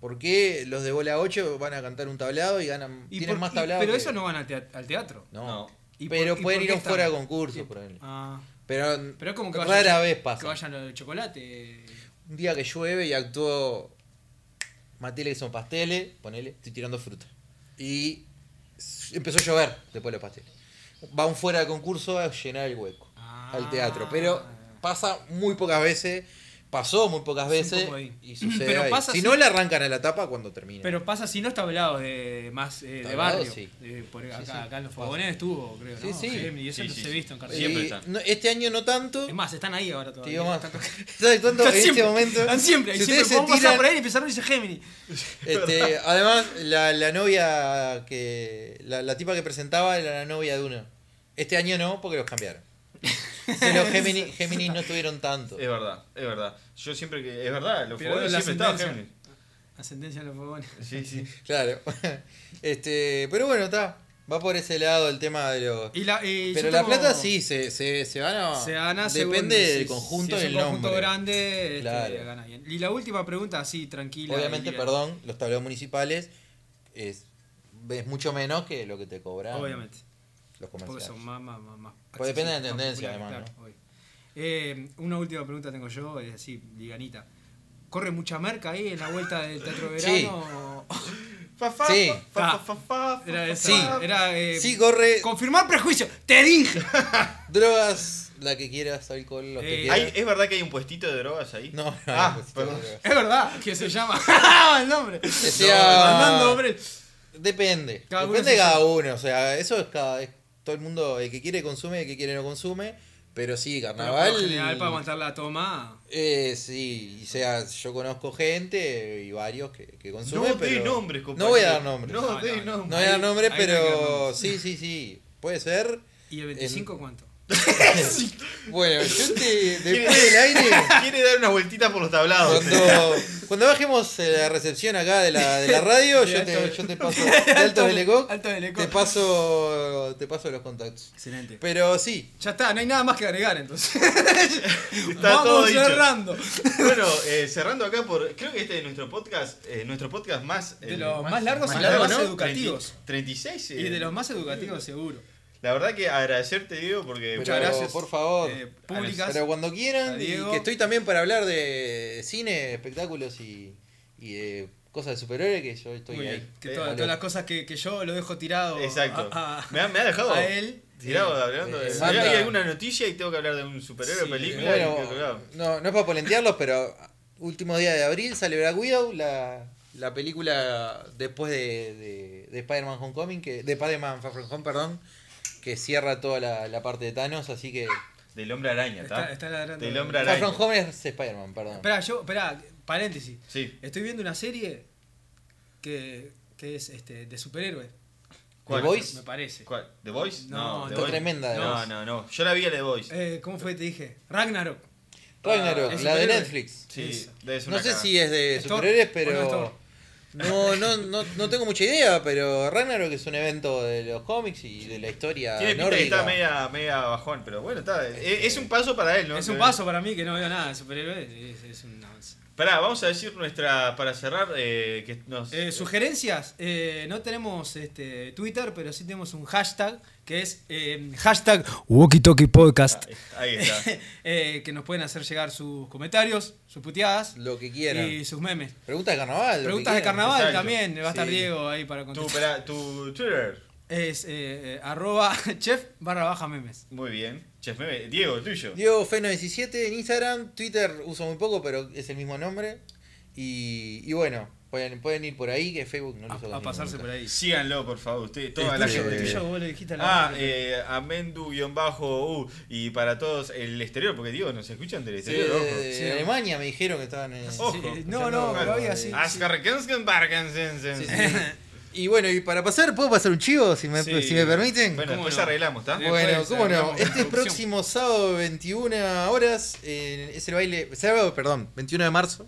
Speaker 3: ¿Por qué los de bola 8 van a cantar un tablado y ganan,
Speaker 1: Y
Speaker 3: tienen
Speaker 1: por-
Speaker 3: más
Speaker 1: y-
Speaker 3: tablados?
Speaker 1: pero
Speaker 3: que-
Speaker 1: eso no van al teatro. Al teatro.
Speaker 3: No.
Speaker 2: No.
Speaker 1: ¿Y
Speaker 3: pero
Speaker 1: por- y
Speaker 3: pueden
Speaker 1: por
Speaker 3: ir
Speaker 1: qué
Speaker 3: a un
Speaker 1: están?
Speaker 3: fuera de concurso,
Speaker 1: Sí.
Speaker 3: por ejemplo.
Speaker 1: Ah,
Speaker 3: Pero,
Speaker 1: pero es como que
Speaker 3: rara
Speaker 1: vayan-
Speaker 3: vez pasa.
Speaker 1: Que vayan a lo de chocolate.
Speaker 3: Un día que llueve y actuó Matele que son pasteles, ponele, estoy tirando fruta. Y s- empezó a llover después de los pasteles. va un fuera de concurso a llenar el hueco
Speaker 1: Ah.
Speaker 3: al teatro. Pero pasa muy pocas veces, pasó muy pocas
Speaker 1: Es un
Speaker 3: veces
Speaker 1: poco ahí.
Speaker 3: y sucede.
Speaker 1: Pero
Speaker 3: ahí.
Speaker 1: pasa
Speaker 3: si
Speaker 1: si-
Speaker 3: no, le arrancan a la tapa cuando termina.
Speaker 1: Pero pasa si no está hablado de más eh, de
Speaker 3: Tablado,
Speaker 1: barrio.
Speaker 3: sí.
Speaker 1: Eh, por acá,
Speaker 3: sí.
Speaker 1: acá en los
Speaker 3: Pasa.
Speaker 1: fogones estuvo, creo.
Speaker 3: Sí,
Speaker 1: ¿no?
Speaker 3: sí.
Speaker 1: y eso
Speaker 2: Sí,
Speaker 1: los
Speaker 2: sí,
Speaker 1: he
Speaker 2: sí.
Speaker 1: visto en cartel.
Speaker 3: Y
Speaker 2: siempre está.
Speaker 3: no- este año no tanto.
Speaker 1: Es más, están ahí ahora
Speaker 3: Te
Speaker 1: todavía.
Speaker 3: digo más.
Speaker 1: Están-
Speaker 3: [laughs] ¿Sabes
Speaker 1: [laughs]
Speaker 3: cuánto?
Speaker 1: están
Speaker 3: en este
Speaker 1: siempre,
Speaker 3: momento.
Speaker 1: Están siempre.
Speaker 3: si
Speaker 1: y siempre
Speaker 3: ustedes se
Speaker 1: podemos pasar
Speaker 3: tiran-
Speaker 1: por ahí y empezaron y dice Gemini.
Speaker 3: Este, además, la, la novia que. La, la tipa que presentaba era la novia de uno. Este año no, porque
Speaker 1: [laughs]
Speaker 3: los cambiaron. Si los Géminis, Géminis no tuvieron tanto.
Speaker 2: Es verdad, es verdad. Yo siempre que. Es verdad, los
Speaker 1: Pero
Speaker 2: fogones
Speaker 1: la
Speaker 2: siempre estaban
Speaker 1: sentencia. Ascendencia en los fogones.
Speaker 2: Géminis. Sí,
Speaker 3: [laughs]
Speaker 2: sí.
Speaker 3: Claro. Este, pero bueno, está. Va por ese lado el tema de los.
Speaker 1: Y la, y yo
Speaker 3: Pero la
Speaker 1: tengo-
Speaker 3: plata sí, se, se, se van a.
Speaker 1: Se gana según-
Speaker 3: Depende
Speaker 1: si-
Speaker 3: del
Speaker 1: si
Speaker 3: conjunto
Speaker 1: es
Speaker 3: y
Speaker 1: un
Speaker 3: el
Speaker 1: conjunto
Speaker 3: nombre.
Speaker 1: grande, este,
Speaker 3: Claro.
Speaker 1: gana bien. Y la última pregunta, así, tranquila.
Speaker 3: Obviamente,
Speaker 1: y-
Speaker 3: perdón, los tableros municipales es, es mucho menos que lo que te cobran
Speaker 1: Obviamente.
Speaker 3: los
Speaker 1: Porque
Speaker 3: comerciales.
Speaker 1: son más, más, más, más
Speaker 3: Pues depende de la
Speaker 1: accesibles,
Speaker 3: tendencia,
Speaker 1: más populares,
Speaker 3: además,
Speaker 1: claro, obvio. Eh, una última pregunta tengo yo, es así, liganita. ¿Corre mucha merca ahí en la vuelta del Teatro de
Speaker 3: Sí.
Speaker 1: Verano?
Speaker 2: Fa, fa,
Speaker 3: Sí.
Speaker 2: fa, fa, fa, fa, fa,
Speaker 1: Ah, Era
Speaker 2: fa,
Speaker 1: eso,
Speaker 3: Sí.
Speaker 2: fa.
Speaker 1: era, eh,
Speaker 3: Sí, corre
Speaker 1: confirmar prejuicio. ¡Te dije! [laughs]
Speaker 3: drogas, la que quieras, alcohol, lo
Speaker 1: Eh,
Speaker 3: que
Speaker 2: Hay-
Speaker 3: quieras.
Speaker 2: ¿Es verdad que hay un puestito de drogas ahí?
Speaker 3: No, no,
Speaker 2: Ah,
Speaker 3: pues,
Speaker 2: perdón.
Speaker 3: drogas.
Speaker 1: Es verdad que se llama [laughs] el nombre.
Speaker 3: sea-
Speaker 1: Mandando, hombre.
Speaker 3: Depende.
Speaker 1: Cada uno
Speaker 3: Depende
Speaker 1: se
Speaker 3: de cada uno. O sea, eso es cada. es- todo el mundo, el que quiere consume, el que quiere no consume. Pero sí,
Speaker 1: Pero por
Speaker 3: carnaval.
Speaker 1: lo general, para aguantar la toma.
Speaker 3: Eh, sí, o sea, yo conozco gente y varios que, que
Speaker 2: No
Speaker 3: consumen,
Speaker 2: de
Speaker 3: pero.
Speaker 2: nombres,
Speaker 3: no
Speaker 2: compañero.
Speaker 3: voy a dar nombres.
Speaker 2: No,
Speaker 3: No,
Speaker 1: No,
Speaker 2: de
Speaker 1: no, no.
Speaker 2: nombres.
Speaker 3: voy a dar
Speaker 1: Ahí-
Speaker 3: nombres,
Speaker 1: ahí no hay que dar
Speaker 3: pero
Speaker 1: nombres.
Speaker 3: sí, sí, sí. Puede ser.
Speaker 1: ¿Y el 25 cuánto?
Speaker 3: Bueno, yo te, después del aire,
Speaker 2: [laughs] Quiere dar una vueltita por los tablados.
Speaker 3: cuando, cuando bajemos eh, la recepción acá de la, de la radio, yo te, yo te paso de Alto de Lecoq,
Speaker 1: Alto de Lecoq.
Speaker 3: te paso, te paso los contactos.
Speaker 1: Excelente.
Speaker 3: Pero sí,
Speaker 1: Ya está, no hay nada más que agregar entonces. [laughs]
Speaker 2: Está
Speaker 1: Vamos
Speaker 2: todo dicho.
Speaker 1: cerrando.
Speaker 2: Bueno, eh, cerrando acá por. Creo que este es nuestro podcast. eh, nuestro podcast más.
Speaker 1: De
Speaker 2: el-
Speaker 1: los más largos y los
Speaker 2: largo,
Speaker 1: más
Speaker 2: ¿no?
Speaker 1: educativos.
Speaker 2: 36. eh.
Speaker 1: Y de los más educativos seguro.
Speaker 2: La verdad que agradecerte, Diego, porque.
Speaker 3: Muchas
Speaker 1: Muchas gracias.
Speaker 3: gracias. por favor.
Speaker 1: Eh, públicas.
Speaker 3: pero cuando
Speaker 1: A
Speaker 3: quieran, y
Speaker 1: Diego.
Speaker 3: que estoy también para hablar de cine, espectáculos y, y de cosas de superhéroes, que yo estoy
Speaker 1: Muy
Speaker 3: ahí.
Speaker 1: bien. Que
Speaker 2: Eh,
Speaker 1: todas,
Speaker 3: vale.
Speaker 1: todas las cosas que, que yo lo dejo tirado.
Speaker 2: Exacto.
Speaker 1: a- a-
Speaker 2: me, ha, me ha dejado.
Speaker 1: Ah, a él.
Speaker 2: Tirado hablando de.
Speaker 3: Eh,
Speaker 2: Hay- Hay
Speaker 3: manda-
Speaker 2: alguna noticia y tengo que hablar de un superhéroe
Speaker 1: Sí,
Speaker 2: película. y tengo que hablar.
Speaker 3: Bueno, no, no es para polentearlos, pero último día de abril sale Black Widow, la, la película después de, de, de Spider-Man Homecoming, que, de Spider-Man Far From Home, perdón, que cierra toda la, la parte de Thanos, así que...
Speaker 2: Del hombre araña,
Speaker 1: Está,
Speaker 2: ¿está?
Speaker 1: está ladrando.
Speaker 2: Del hombre
Speaker 3: Far
Speaker 2: araña.
Speaker 3: From Home es Spider-Man, perdón.
Speaker 1: Espera, yo, espera, paréntesis.
Speaker 2: Sí.
Speaker 1: Estoy viendo una serie que, que es este, de superhéroes,
Speaker 2: ¿Cuál?
Speaker 3: The Boys.
Speaker 1: me parece.
Speaker 2: ¿Cuál? ¿The Voice?
Speaker 1: No,
Speaker 2: No, The
Speaker 1: está
Speaker 2: Voice.
Speaker 3: tremenda The
Speaker 2: No,
Speaker 3: Voice.
Speaker 2: no, no. Yo la vi a The Voice.
Speaker 1: Eh, ¿Cómo fue que te dije? Ragnarok.
Speaker 3: Ragnarok,
Speaker 1: Ah, ¿es
Speaker 3: la de
Speaker 1: superhéroe?
Speaker 3: Netflix.
Speaker 2: Sí,
Speaker 1: Esa.
Speaker 2: debe ser
Speaker 3: No
Speaker 2: una
Speaker 3: sé
Speaker 2: cagada.
Speaker 3: si es de
Speaker 1: ¿Es Thor?
Speaker 3: superhéroes,
Speaker 1: ¿O no es Thor?
Speaker 3: pero... No, no, no, no tengo mucha idea, pero Ragnarok es un evento de los cómics y de la historia
Speaker 2: Tiene pinta que
Speaker 3: nórdica.
Speaker 2: está media, media bajón, pero bueno, está. Es, es un paso para él, ¿no?
Speaker 1: Este, Es un paso para mí que no veo nada de superhéroes. Es, es un avance.
Speaker 2: Pará, vamos a decir nuestra. Para cerrar, eh, que nos.
Speaker 1: Eh, sugerencias, eh, no tenemos este, Twitter, pero sí tenemos un hashtag que es eh, hashtag Walkie Talkie Podcast,
Speaker 2: Ah, Ahí está.
Speaker 1: [laughs] eh, que nos pueden hacer llegar sus comentarios, sus puteadas
Speaker 3: Lo que quieran.
Speaker 1: y sus memes.
Speaker 3: Preguntas de carnaval. lo que
Speaker 1: Preguntas de
Speaker 3: quieran.
Speaker 1: carnaval
Speaker 2: exacto.
Speaker 1: también, va a estar
Speaker 3: Sí.
Speaker 1: Diego ahí [laughs] para
Speaker 2: tu,
Speaker 1: contestar.
Speaker 2: pará, tu Twitter.
Speaker 1: Es eh, eh, arroba [laughs] chef barra baja memes.
Speaker 2: Muy bien. Chef Meme. Diego, el tuyo.
Speaker 3: Diego Feno17 en Instagram, Twitter uso muy poco, pero es el mismo nombre. Y, y bueno, pueden, pueden ir por ahí, que Facebook no lo
Speaker 1: A,
Speaker 3: uso
Speaker 1: a
Speaker 3: casi
Speaker 1: pasarse
Speaker 3: nunca.
Speaker 1: por ahí.
Speaker 2: Síganlo, por favor. Ustedes,
Speaker 1: El
Speaker 2: toda la
Speaker 1: tuyo,
Speaker 2: gente.
Speaker 1: el tuyo, vos le dijiste a la
Speaker 2: Ah, eh, Amendu-U. Y para todos, el exterior, porque Diego, nos escuchan del
Speaker 3: Sí,
Speaker 2: exterior,
Speaker 3: de,
Speaker 2: ojo.
Speaker 3: de
Speaker 1: Sí, ojo.
Speaker 3: Alemania me dijeron que estaban en.
Speaker 2: Ojo.
Speaker 1: Sí, no, no,
Speaker 3: Bueno,
Speaker 1: pero había así.
Speaker 2: Asgar
Speaker 3: Sí, sí. Y bueno, y para pasar, ¿puedo pasar un chivo si me,
Speaker 1: Sí.
Speaker 3: si me permiten?
Speaker 2: Bueno,
Speaker 1: ¿Cómo
Speaker 2: después
Speaker 1: no?
Speaker 2: arreglamos, ¿está?
Speaker 1: Bien.
Speaker 3: Bueno,
Speaker 1: Después
Speaker 3: cómo no.
Speaker 1: hablamos de
Speaker 3: Este
Speaker 1: producción.
Speaker 3: próximo sábado, 21 horas, eh, es el baile. Sábado, perdón, 21 de marzo.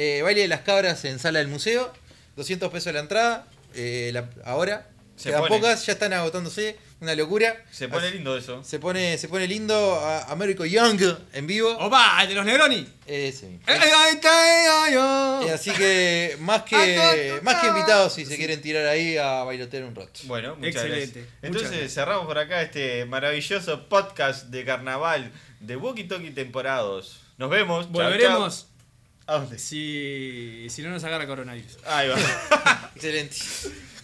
Speaker 3: eh, baile de las cabras en sala del museo. 200 pesos la entrada. eh, la- ahora.
Speaker 2: Se
Speaker 3: Quedan
Speaker 2: pone.
Speaker 3: pocas, ya están agotándose. Una locura.
Speaker 2: Se pone
Speaker 3: Así-
Speaker 2: lindo eso.
Speaker 3: se pone, se pone lindo. A Américo Young en vivo.
Speaker 1: Opa, el de los Negroni.
Speaker 3: Ese mismo.
Speaker 1: Oh. Eh, eh, ahí está, eh, ay,
Speaker 3: Eh,
Speaker 1: oh.
Speaker 3: Así que más
Speaker 1: Ah,
Speaker 3: que,
Speaker 1: no, no,
Speaker 3: más que
Speaker 1: no.
Speaker 3: invitados si se quieren tirar ahí a bailotear un rato.
Speaker 2: Bueno, muchas
Speaker 1: Excelente.
Speaker 2: gracias.
Speaker 1: Muchas
Speaker 2: Entonces
Speaker 1: gracias.
Speaker 2: cerramos por acá este maravilloso podcast de carnaval de Walkie Talkie Temporados. Nos vemos. Chau,
Speaker 1: Volveremos.
Speaker 2: chau. ¿A dónde?
Speaker 1: Si, si no nos agarra coronavirus. [laughs]
Speaker 2: Ahí va.
Speaker 3: Excelente.